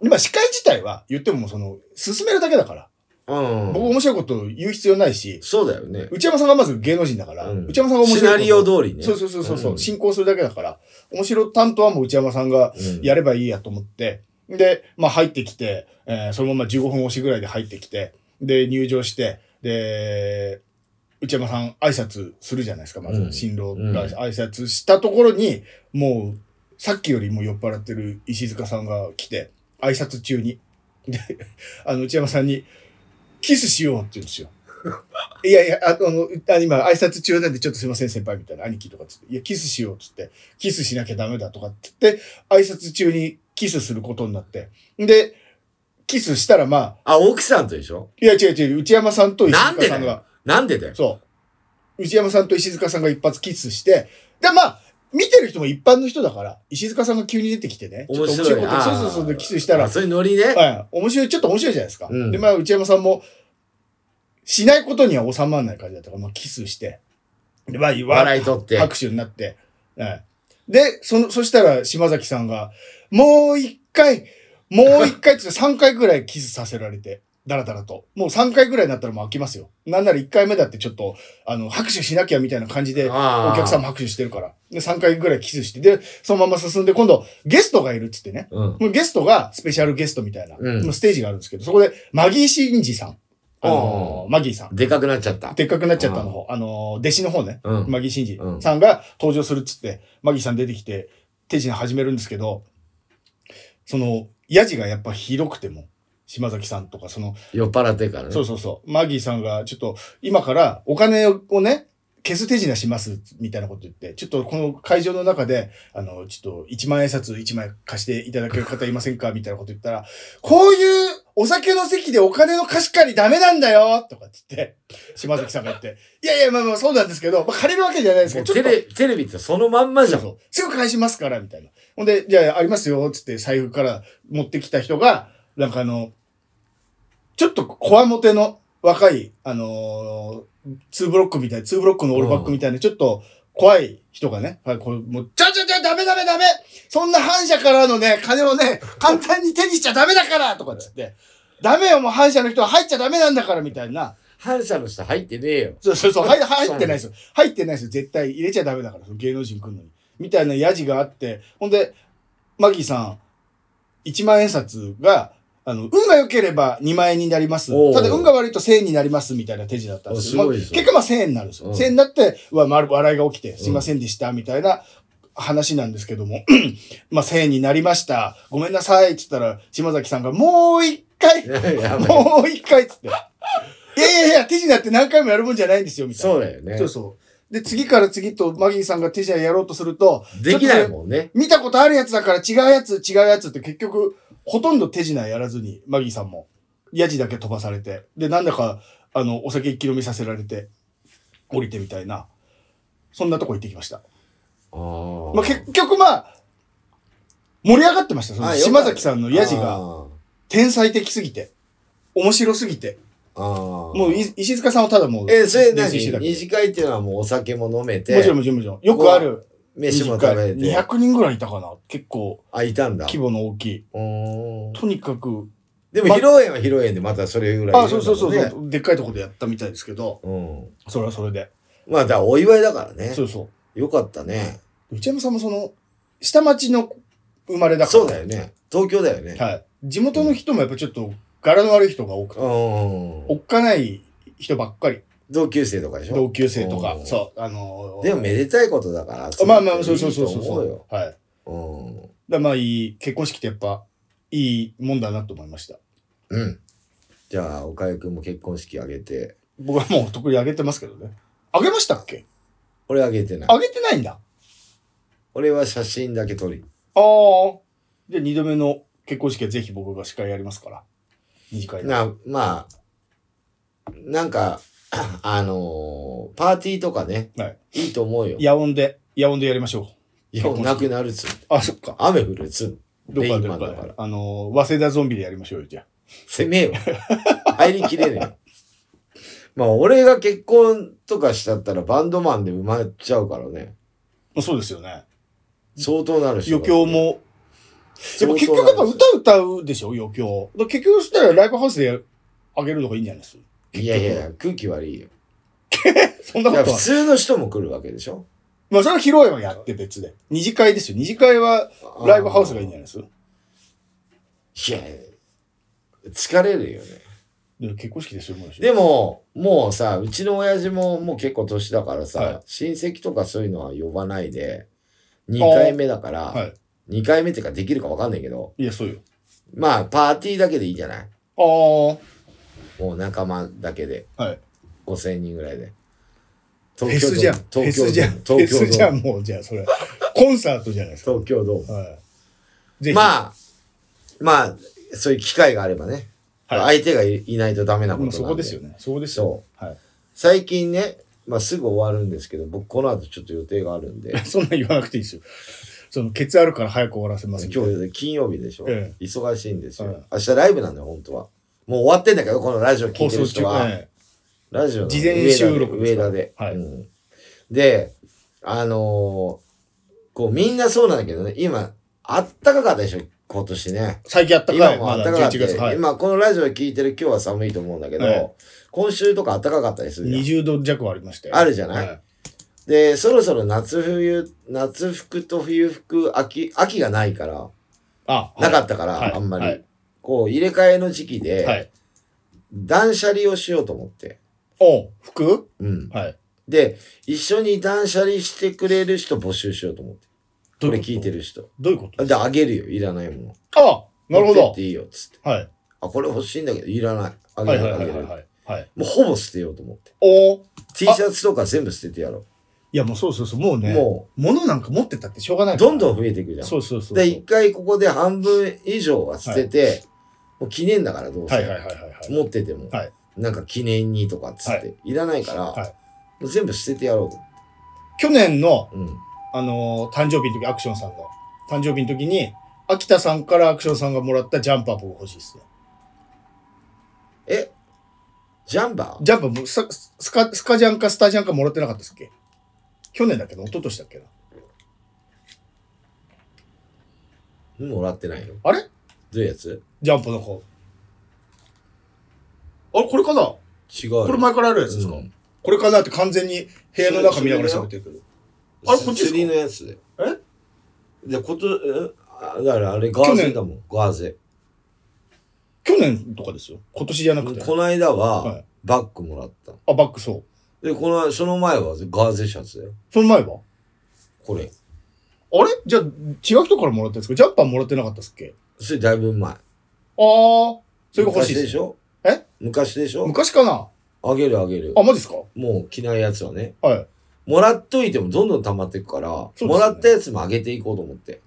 今、司会自体は、言ってももうその、進めるだけだから。
ー。
僕
うん。
面白いこと言う必要ないし、
そうだよね。
内山さんがまず芸能人だから、
うん
内山さんが面白いこと。
シナリオ通りね
そうそうそうそう。う
うん
進行するだけだから、面白担当はもう内山さんが
うん
やればいいやと思って、で、まあ入ってきて、えーそのまま15分押しぐらいで入ってきて、で、入場して、で、内山さん挨拶するじゃないですか、ま
う
ず。
ん
新郎
うん
が挨拶したところに、もう、さっきよりも酔っ払ってる石塚さんが来て、挨拶中に、で、あの、内山さんに、キスしようって言う んですよ。いやいや、ああの、あ今、挨拶中なんで、ちょっとすいません、先輩みたいな、兄貴とかっつって、いや、キスしようっつって、キスしなきゃダメだとかって言って、挨拶中にキスすることになって、で、キスしたらまあ、
あ、奥さんとでしょ
いや違う違う、内山さんと石
なん
塚
で
さ
だ
ん
よ
が、。
なんでだよ。
そう、内山さんと石塚さんが一発キスして、で、まあ、見てる人も一般の人だから、石塚さんが急に出てきてね、ちょっ
面
と
白い
面白いこと、
あ
そう
ー
そうそうでキスしたら
あ、そういうノリね。
はい、面白い、ちょっと面白いじゃないですか。
うん
で、まあ、内山さんも、しないことには収まらない感じだったから、まあ、キスして、で、まあ、
笑い取って。
拍手になって、はい。で、その、そしたら、島崎さんが、もう一回、もう一回って 言って3回ぐらいキスさせられて、だらだらと。もう3回ぐらいになったらもう飽きますよ。なんなら1回目だってちょっと、あの、拍手しなきゃみたいな感じで、
あー
お客さんも拍手してるから。で、3回ぐらいキスして、で、そのまま進んで、今度、ゲストがいるっつってね。
うん。
もうゲストがスペシャルゲストみたいな、
うん
もうステージがあるんですけど、そこでマギー・シンジさん。あのーマギーさん。
でかくなっちゃった。
でっかくなっちゃったの方、あのー弟子の方ね、
うん
マギー・シンジ
うん
さんが登場するっつって、マギーさん出てきて、手品始めるんですけど、その、ヤジがやっぱひどくても、島崎さんとか、その、
酔っ払ってからね。
そうそうそう。マギーさんが、ちょっと、今からお金をね、消す手品します、みたいなこと言って、ちょっとこの会場の中で、あの、ちょっと1万円札1枚貸していただける方いませんかみたいなこと言ったら、こういうお酒の席でお金の貸し借りダメなんだよとかって言って、島崎さんが言って、いやいや、まあまあそうなんですけど、まあ、借りるわけじゃないですけ
もう
ど、ちょ
テ
っと
レ、テレビってそのまんまじ
そ
ゃ。
うんそう。すぐ返しますから、みたいな。ほんで、じゃあ、ありますよ、つって財布から持ってきた人が、なんかあの、ちょっとこわもての若い、あのー、2ブロックみたいな、2ブロックのオールバックみたいな、ちょっと怖い人がね、はい、これもう、ちゃちゃちゃ、ダメダメダメそんな反社からのね、金をね、簡単に手にしちゃダメだからとかっつって、ダメよ、もう反社の人は入っちゃダメなんだから、みたいな。
反社の人入ってねえよ。
そうそうそう、入入ってないですよ。入ってないですよ、絶対。入れちゃダメだから、その芸能人来るのに。みたいなヤジがあって、ほんで、マギーさん、1万円札が、あの、運が良ければ2万円になります
お。う
ただ運が悪いと1000円になります、みたいな手順だったんですよ
あすご
ま
い
あ
です
結
ね
果まあ1000円になるんですよ。
うん
1000円になって、うわ、まる笑いが起きて、すいませんでした、みたいな話なんですけども、 まあ1000円になりました。ごめんなさい、っつったら、島崎さんが、もう一回
やばい。
もう一回っつって。いやいやいや、手品って何回もやるもんじゃないんですよ、みたいな。
そうだよね
そう。そう。で、次から次とマギーさんが手品やろうとすると、
できない
ん。
もんね。
見たことあるやつだから違うやつ、違うやつって結局、ほとんど手品やらずに、マギーさんも、ヤジだけ飛ばされて、で、なんだか、あの、お酒一気飲みさせられて、降りてみたいな、そんなとこ行ってきました。
あー
まあ、結局まあ、盛り上がってました、その
あよかった
島崎さんのヤジ
あ
が、
ー
天才的すぎて、面白すぎて、
あー
もうい石塚さんはただもう、
え、それ
泥
何
酔してたけ
二次会っていうのはもうお酒も飲め
どもちろ
て
ん、もちろんもちろん。よくある。
飯も食べ
二
て。
百200人ぐらいいたかな。結構、
あ、いたんだ。
規模の大きい。
うーん
とにかく、
でも、披露宴は披露宴でまたそれぐらいいるんだもんね。
あ、そうそうそうそう、でっかいとこでやったみたいですけど、
うん。
それはそれで。
まあ、だからお祝いだからね
そ。うそ
よかったね。
う。内山さんもその、下町の生まれだから。
そうだよね。東京だよね。
はい。地元の人もやっぱちょっと、柄の悪い人が多くて、
う
お
ん。
っかない人ばっかり。
同級生とかでしょ
同級生とか
う。ん
そう。あのー
でも、めでたいことだから。
まあまあ、そうそうそうそ
いういと思
そうう
よ。。
はい。
うん。
だまあいい、結婚式ってやっぱ、いいもんだなと思いました。
うん。じゃあ、岡井くんも結婚式あげて。
僕はもう特にあげてますけどね。あげましたっけ
俺あげてない。
あげてないんだ。あ
俺は写真だけ撮り。
あー。じゃあ二度目の結婚式はぜひ僕が司会やりますから。二次会で。
な、まあ、なんか、 あのーパーティーとかね、、
はい
いと思うよ。
夜音で、夜音でやりましょ
いや、なくなるっつうの。
う。あ、そっか。
雨降るっつうの。
どこか
レイ
ど
マン
こ
だ
か
か
で
ら。
あのー、早稲田ゾンビでやりましょうよ、じゃ
攻めよ。入りきれねえ。 まあ、俺が結婚とかしちゃったらバンドマンで埋まっちゃうからね。
あ。そうですよね。
相当なるし。
余興。も。でも結局やっぱ歌歌うでしょ、余興。だから結局そしたらライブハウスであげるのがいいんじゃないですか。
いやいやいや、空気悪いよ。
そんな
だ
こ
から
と
普
は。
通の人も来るわけでしょ
まあそれは披露宴はやって別で。二次会ですよ。二次会はライブハウスがいいんじゃないですか。
いや、疲れるよね。
で結婚式ですよ、もうでしょ
でも、もうさ、うちの親父ももう結構年だからさ、
はい
親戚とかそういうのは呼ばないで、2回目だから、
はい。
2回目っていうかできるかわかんないけど、
いや、そうよ。
まあ、パーティーだけでいいんじゃない
あ
もう仲間だけで、
あ。はい。
5000人ぐらいで。
フェ
東京ド
スじゃん。フ
ーム
ェスじゃん。フ
東京ドーム
ェスじ
東京ド
ゃ
ーム
ん、もう、じゃあ、それ。コンサートじゃないです
東京ドーム
か。はい。ぜひ。あ、
まあ、まあ、そういう機会があればね、
はい。
相手がいいないとダメなこと
も
な
うん
で。
そこですよね。そこです
そ
よ。はい。
最近ね、まあすぐ終わるんですけど、僕この後ちょっと予定があるんで、
そんなん言わなくていいですよ。その、ケツあるから早く終わらせますみたい
今
な。
日で金曜日でしょ、
え
忙しいんですよ、
はい
明日ライブなんだよ本当はもう終わってんだけどこのラジオ聞
放
いてる
送
人
中。
は、
え
ラジオの
事前収録
上田で
ですからはい
うんであのーこうみんなそうなんだけどね今あったかかったでしょ今年ね
え最近あったか
今
い。
も
ま
あっ
だ
たかかった
11
り、
月。はい。
今このラジオ聞いてる今日は寒いと思うんだけど、
はい
今週とかあったかかったりするじゃん
20度弱はありましたよ。
あるじゃない
は
でそろそろ夏冬夏服と冬服秋秋がないから
あ、
なか
っ
ったから、
はい
あんまり、
はい
こう入れ替えの時期で、
はい。
断捨離をしようと思って。
お服
うん。
はい。
で、一緒に断捨離してくれる人募集しようと思って。これ聞いて
る。
る人。
どういうこと
で、あげるよ。いらないもの。
あ、なる
持って
ほ
っ
ど
て。いいよ。つって。
はい。
あ、これ欲しいんだけど、いらない。あ
は
げ
い
る、
はい
あ
は
げ
い
る
はい。はいはい。
もうほぼ捨てようと思って。
おー
T シャツとか全部捨ててやろ
いや、もうそうそうそう、もう
う。
ね、
も
物なんか持ってたってしょうがな
う、
いから
どんどん増えていくじゃん。
そうそうそうそう。
で、一回ここで半分以上は捨てて、もう記念だからどうせ。
はいはいはいはいはい。
持ってても、
はい
なんか記念にとかっつって、、
はい
らないから、
はい
もう全部捨ててやろうと。
去年の、
うん。
あのー誕生日の時、アクションさんの誕生日の時に、秋田さんからアクションさんがもらったジャンパー僕欲しいですね。
えジャンバー
ジャンパーもスススカ、スカジャンかスタジャンかもらってなかったっすっけ去年だっけど、一昨年だっけな。
もらってないよ。
あれ
どういうやつ
ジャンパーの方。あれこれかな
違う。
これ前からあるやつですか、
うん
これかなって完全に部屋の中見ながら喋ってるけど。あれこっちですか
釣りのやつで。
え
で、こと、えあだからあれガーゼだもん、ガーゼ。
去年とかですよ。今年じゃなくて。
この間
はい
は、バッグもらった。
あ、バックそう。
で、この、その前はガーゼシャツだよ。
その前は
これ。
あれじゃあ、違う人からもらったんですかジャンパーもらってなかったっすっけ
それだいぶ前。
あー、それが欲し
昔
いで。
ですしょ
え
昔でしょ
昔かな
あげるあげる。
あ、マジですか
もう着ないやつはね。
はい。
もらっといてもどんどん溜まっていくから、
すね
もらったやつもあげていこうと思って。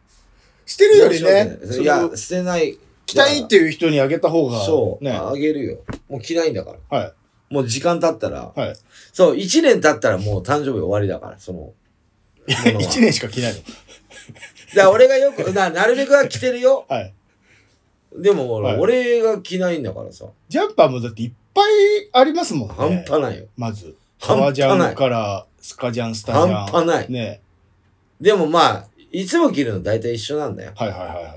捨てるよ
申
りね、
し訳ない
そ
い
れ
や
を、
捨てない。
着たいっていう人にあげた方が、
そう、
ね。
あげるよ。もう着ないんだから。
はい。
もう時間経ったら、
はい
そう、1年経ったらもう誕生日終わりだから、その。ものは
一年しか着ないの。
だから俺がよく、ななるべくは着てるよ。
はい。
でも俺,、
はい
が着ないんだからさ、
ジャンパーもだっていっぱいありますもんね。
半端ないよ。
まず、
半
革
端
ジャ
な
ン
い。
から、スカジャン、スタジャン。
半端ない。
ね。
でもまあ、いつも着るの大体一緒なんだよ。
はいはいはいはいは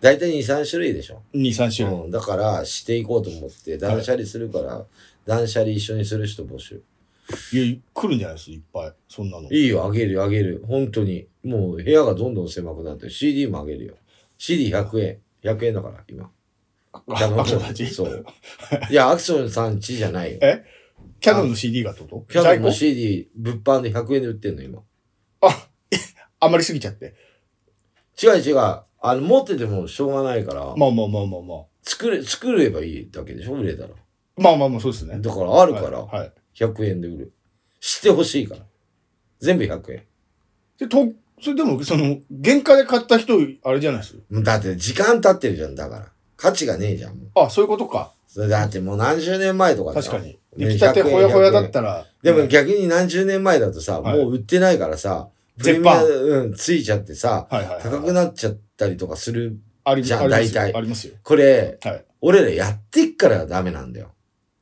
大体2、3種類でしょ。
い。2、3種類。
うん、だから、していこうと思って、断捨離するから、断捨離一緒にする人募集。
いや、来るんじゃないですいっぱい。そんなの。
いいよ、あげるよ、あげる。本当に。もう部屋がどんどん狭くなってる、CD もあげるよ。CD100 円。100円だから、今。
あ
ン
アクションたち。
そう。いや、アクションさんちじゃ ないよ。
えキャノンの CD がってこと
キャノンの
在庫
CD、物販で100円で売ってんの、今。
あ、余りすぎちゃって。
違う違う。あの、持っててもしょうがないから、
まあまあまあまあまあ。
作れ、作ればいいだけでしょ、売れたら。
まあまあまあ、そうですね。
だから、あるか
はい
ら、
はい。
100円で売る。知ってほしいから。全部100円。
で、と、それでも、その、原価で買った人、あれじゃないです
もうだって、時間経ってるじゃん、だから。価値がねえじゃん、もう。
あ、そういうことか。
それだってもう何十年前とか
確かに。
ね
出来たて
100円
ほやほやだったら。
でも
ね
逆に何十年前だとさ、
はい
もう売ってないからさ、プレ
絶
ミア、
版
うん、ついちゃってさ、
はいはいはい。
高くなっちゃったりとかする。
あり
じゃあ
ありますよ
大体
ありますよ。
これ、
はい。
俺らやってっからダメなんだよ。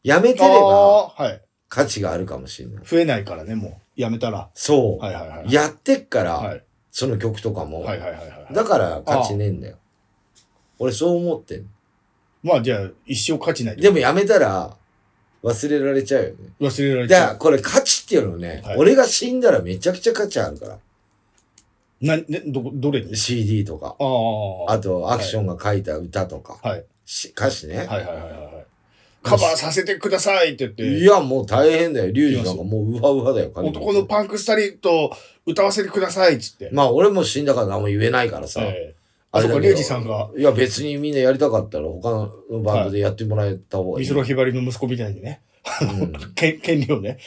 やめて
あ
れば
あー、はい。
価値があるかもしれない。
増えないからね、もう。やめたら。
そう。
はいはいはい。
やってっから、
はい。
その曲とかも。
はいはいはいはい。
だから価値ねえんだよ。俺そう思ってん
まあじゃあ、一生勝ちないと
でもやめたら忘れられちゃうよね。
忘れられち
だか
ゃ
ら
う。
これ価値っていうのね、
はい
俺が死んだらめちゃくちゃ価値あるから。
な、ね、どこ、どれに
CD とか。
ああ。
あと、アクションが書いた歌とか、
はい。
し歌詞ね、
はいはいはいはいはい。カバーさせてくださいって言って。
い。や、もう大変だよ。リュウジなんかもうウハウハだよ、彼女
男のパンクスタリーと歌わせてくださいっつって。
まあ、俺も死んだから何も言えないからさ。
ええ
あ
あ、そ
れだけど
うか、リュウジさんが、
いや、別にみんなやりたかったら他のバンドでやってもらえた方がい
美
い。
空ひばりの息子みたいにね、
う
権権利をね。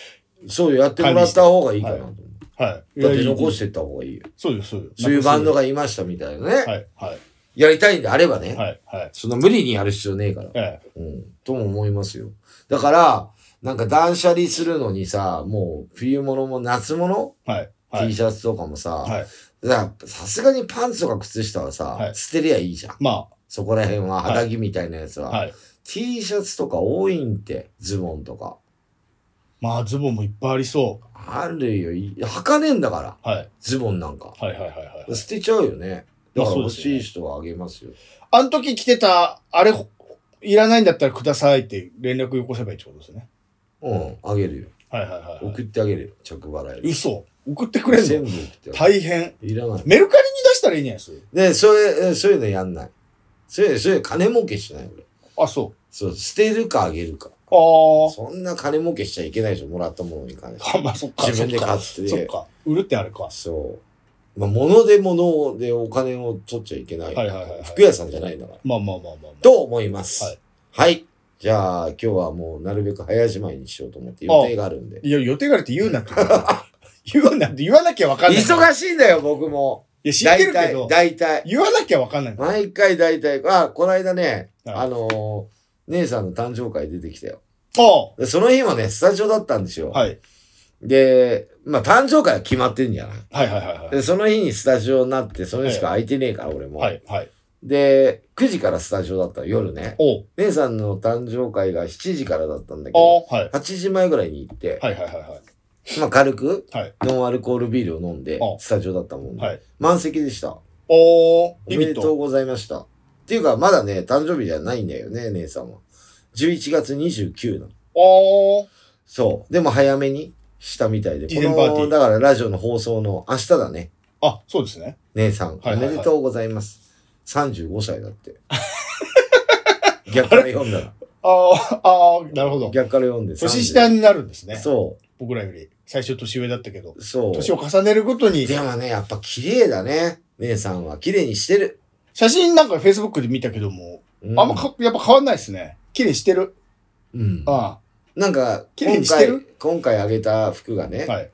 んそうやってもらった方がいいかなと思う。
はい。
だって残
いやいい
してった方がいいよ。
そうです、そうです。
そういうバンド
が。
がいましたみたいなね。
はい、はい、
やりたいんであればね。
はい、はい。
そんな無理にやる必要ねえから。
ええ
うん。とも思いますよ。だから、なんか断捨離するのにさ、もう冬物も夏物、
はい、は
T
い。
シャツとかもさ、
はい。
だからさすがにパンツとか靴下はさ、
はい
捨てりゃいいじゃん。
ま
そこら辺は
はい
肌着みたいなやつ
あ、
は。
はい。
T シャツとか多いんって、ズボンとか。
まあ、ズボンもいっぱいありそ
あるよ。い履かねえんだから、
う。はい、
ズボンなんか。
はい、はい、はい。はい
捨てちゃうよね。だか
まあ
ら
そう
欲
ですよね
しい人はあげますよ。
あの時着てた、あれ、ほいらないんだったらくださいって連絡よこせばいいってことですね。
うん、あげるよ。
はい、はい、はいは
送ってあげるよ。着払
い。
い。
嘘。送ってくれん
全
の
部送ってあ
大変。
げる。いらない。
メルカリに出したらいいんじゃないですか
で、そういうえ、そういうのやんない。そういう、そういう金儲けしない、俺。
あ、そ
そう、捨てるかあげるか。
う。ああ。
そんな金儲けしちゃいけないでしょ、もらったものに関して。
あまあそっか。
自分で買って
そっか。売るってあれか。は
そう。まあ、物で物でお金を取っちゃいけない。
いはいはい、はい。
服屋さんじゃないんだから。
まあまあまあまあ、まあ。
と思います。
は
はいい。じゃあ、今日はもうなるべく早じまいにしようと思って予定があるんで。
いや、予定があるって言うなって。 言うなって言わなきゃわかんない。い
忙しいんだよ、僕も。
や、知ってるけど、
大体、大体。
言わなきゃわかんない。
毎回大体。あ、この間ね、
はい
あのー姉さんの誕生会出てきたよ。
あ
でその日もね、スタジオだったんですよ。
あはい。
で、まあ、誕生会は決まってんじゃない
はいはいはいはい。
で、その日にスタジオになって、その日しか空いてねえから、俺も。
はいはい。
で、9時からスタジオだったの夜ね。
おう
姉さんの誕生会が7時からだったんだけ
あ
ど、
あ、はい。
8時前ぐらいに行って、
はいはいはいはい。
まあ軽く、
はい
ノンアルコールビールを飲んで
あ、
スタジオだったもんで、
はい
満席でした。
おー、
お
リ
め
ミ
でと
ッ
う
ト。
ございました。っていうか、まだね、誕生日じゃないんだよね、姉さんは。11月29なの。
おー。
そう。でも早めにしたみたいで。
事前パーティー
このだからラジオの放送の明日だね。
あ、そうですね。
姉さん、
はいはいはい
おめでとうございます。35歳だ って。逆から読んだら。
あー、あー、なるほど。
逆から読んで。
年下になるんですね。
そ
僕らより。最初年上だったけど。
う、そう。
年を重ねるごとに、
でもね、やっぱ綺麗だね。姉さんは綺麗にしてる。
写真なんか Facebook で見たけども、
う
あんまか、やっぱ変わんないですね。綺麗してる。
うん。
あ
なんか、
綺麗に
今
して
回
る、
今回あげた服がね、
あ。はい。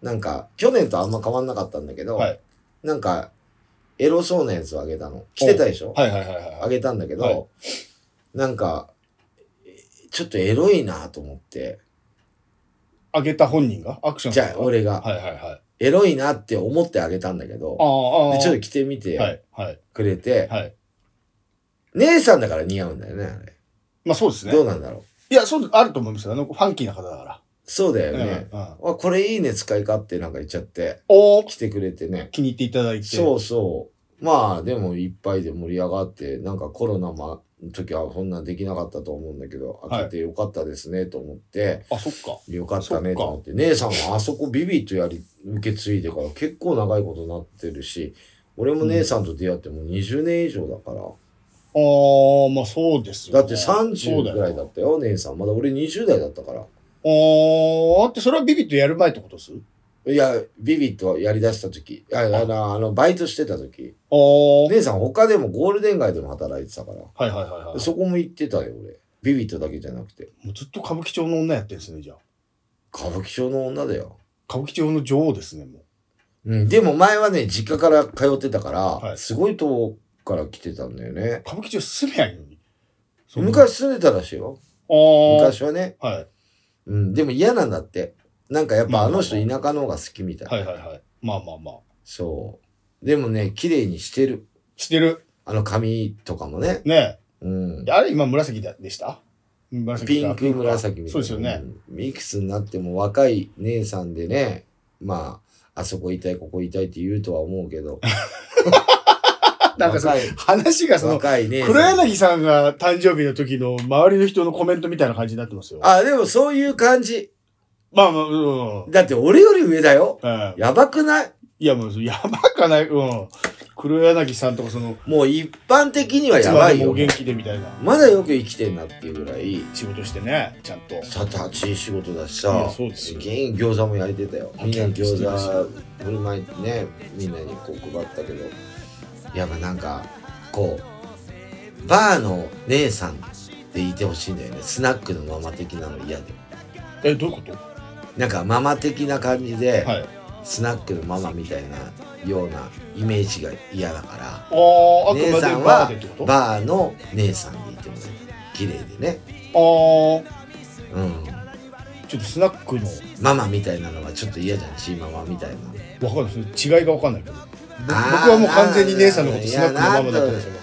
なんか、去年とあんま変わんなかったんだけど、
はい
なんか、エロそうなやつをあげたの。着てたでしょ、
はいはいはい
あ
はい。
げたんだけど、
はい
なんか、えちょっとエロいなと思って、
あげた本人がアクション
じ
さんが
ゃあ俺が、
はいはいはい。
エロいなって思ってあげたんだけど、
ああ、あ
で
あ。
ちょっと着てみ
は
て
いはい
くれて、
はい。
姉さんだから似合うんだよね、あれ。
まあそうですね
ど。うなんだろう。
いや、そう、あると思いますよ。あの、ファンキーな方だか
そうだよ
ら。
ね。
うんうん
あこれいいね、使い勝手なんか言っちゃって、
おー
着てくれてね。
気に入っていただいて。
そうそう。まあ、でもいっぱいで盛り上がって、なんかコロナの時はそんなんできなかったと思うんだけど、
はい
開けてよかったですね、と思って、
あ、そっか。
よかったね、と思って。姉さんはあそこビビッとやり、受け継いでから結構長いことになってるし、俺も姉さんと出会ってもう20年以上だから。
ああ、まあそうですよ、
だ
ね。
って
そう
30
よ
ぐらいだったよ、姉さん。まだ俺20代だったから。
ああ、ってそれはビビッとやる前ってことです
いや、ビビッとやりだした時、ああの、あのバイトしてた時、
ああ。
姉さん他でもゴールデン街でも働いてたから。
はいはいはいはい。
そこも行ってたよ、俺。ビビットだけじゃなくて。
もうずっと歌舞伎町の女やってるんですね、じゃあ。
歌舞伎町の女だよ。
歌舞伎町の女王ですね、もう。
うん。でも前はね、実家から通ってたから、
はい
すごい遠くから来てたんだよね。
歌舞伎町住めやいいのに。そんな
昔住んでたらしいよ。
ああ。
昔はね。
はい。
うん。でも嫌なんだって。なんかやっ
まあ
ぱあ
まあ
の人田舎の方が好きみたい。
はいはいはい。まあまあまあ。
そう。でもね、綺麗にしてる。
してる。
あの髪とかもね。
ね
うん
え。。あれ今紫だでした紫
ピ
か
ンク紫みたいな。
そうですよね。
うん。いくつになっても若い姉さんでね、まあ、あそこ痛い、ここ痛いって言うとは思うけど。
なんかその
若い
話がその、
若いね。
黒柳さんが誕生日の時の周りの人のコメントみたいな感じになってますよ。
あ、でもそういう感じ。
まあまあ、うん。
だって俺より上だよ。
ええ
やばくない
いやもう、やばかない。うん。黒柳さんとかその、
もう一般的にはい
つ
や
ま
ば
で
い
もお
よ。
元気でみたいな。
まだよく生きてんなっていうぐらい、
仕事してね、ちゃんと。
さ立ちいい仕事だし
い
さ
や、そうですよ
げえ餃子も焼いてたよ。みんなに餃子振る舞いね、みんなにこう配ったけど、やっぱなんか、こう、バーの姉さんっていてほしいんだよね。スナックのママ的なの嫌で。
え、どういうことは
なんかママ的な感じで、
い。
スナックのママみたいなようなイメージが嫌だから
ああ、あく
姉
まで
さん
バー
は
でってことあ
バーの姉さんでいてもらいたい綺麗でね、
あ
う
ー、
ん、
ちょっとスナックの、
ママみたいなのはちょっと嫌じゃんチーママみたいな
わかんないです。違いがわかんないけど。ぼ僕
あー
はもう完全に姉さんのことスナックのママだったんですよ。
え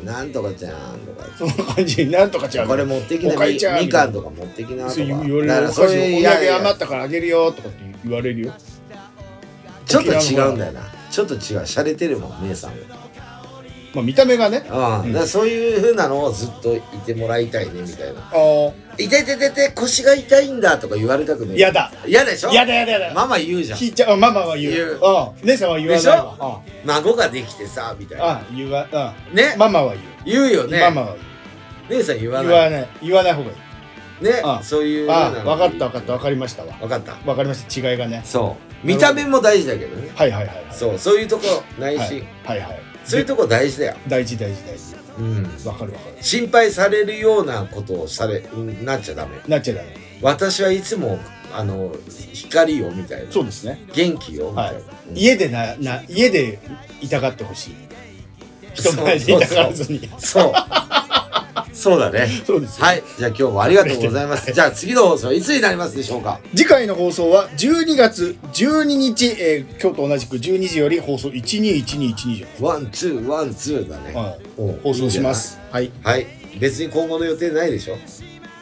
ーなんとかちゃんとか
そんな感じになんとかちゃう。
これ持ってきな
おかえ
み
りちゃん
みかんとか持ってきなとか
そう言われる
だから
お
そ
菓子
ういう
お
い
土
やい
産余
や
ったからあげるよとかって言われるよ。
ちょっと違うんだよなちょっと違う洒落てるもん姉さん
まあ見た目がね。
は、うん
うん
だからそういうふうなのをずっといてもらいたいねみたいな
ああ、
「痛いてててて腰が痛いんだ」とか言われたくない
やだ。
嫌でしょ
やだやだやだ。
ママ言うじゃん
聞いちゃう。ママは言う。
言う
うん。姉さんは言わないわ。うん
孫ができてさみたいな
あ、言わ、あ、
ね、
ママは言う。
言うよね
ママは
姉さん言わ
言う。
ない
言わない。言わない方がいい。
ね
あ
そういう
あ、
なの
わかったわかったわかりましたわ。
わかった
わかりました。違いがね。
そう見た目も大事だけどね
はいはいはいはい。
そうそういうとこない
は
し、
いはいはい。
そういうとこ大事だよ、
大事大事大事。
うん、
わかるわかる。
心配されるようなことをされなっちゃダメ
なっちゃダメ。
私はいつもあの光よみたいな
そうですね。
元気よみたいな、うん
家でな、な、家でいたがってほしい。人前でいたがらずに。
そう そうだね
そうですよ。
はいじゃあ今日もありがとうございますじゃあ次の放送いつになりますでしょうか
次回の放送は12月12日、えー今日と同じく12時より放送121212じゃ
ワンツーワンツーだね、
ないはい
うん
放送します。はい。
はい。別に今後の予定ないでしょ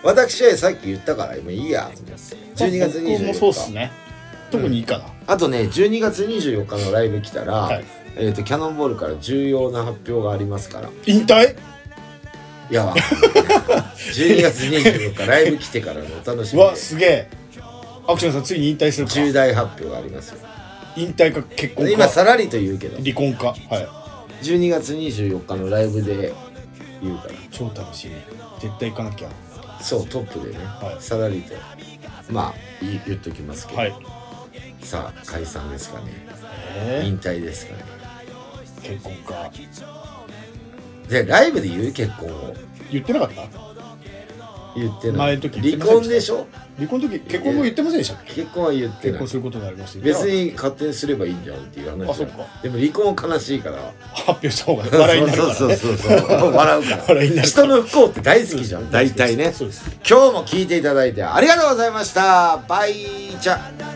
私はさっき言ったから、もういいやと思って。12月24
僕
日。
もそうっすね。特にいいかな。
あとね、12月24日のライブ来たら、
はい
えっ、と、キャノンボールから重要な発表がありますから。
引退
いいやわかんない12月24日ライブ来てからのお楽し
う
みで
わすげえアクションさんついに引退するか
重大発表がありますよ
引退か結婚
今
か
さらりと言うけど
離婚かは
12月24日のライブで言うか
い超楽しみ絶対行かなきゃ
らそうトップでね、
はい
さらりとまあ言言っときますけど、
はい
さあ解散ですかね
え
引退ですかね
ー、結婚か
でライブで言う結婚を
言ってなかった
言ってない
前の時言ってま
離
せんでした
婚でしょ
離婚の時結婚も言ってませんでしたっけ
結婚は言って
結
ない
婚することになりました
別に勝手にすればいいんじゃんっていう話
あそっか
でも離婚は悲しいから
発表した方が笑いになるから、ね、
そうそうそうそう笑うから
笑いになるから
人の不幸って大好きじゃん大体ね
そうです
今日も聞いていただいてありがとうございましたバイチャ
「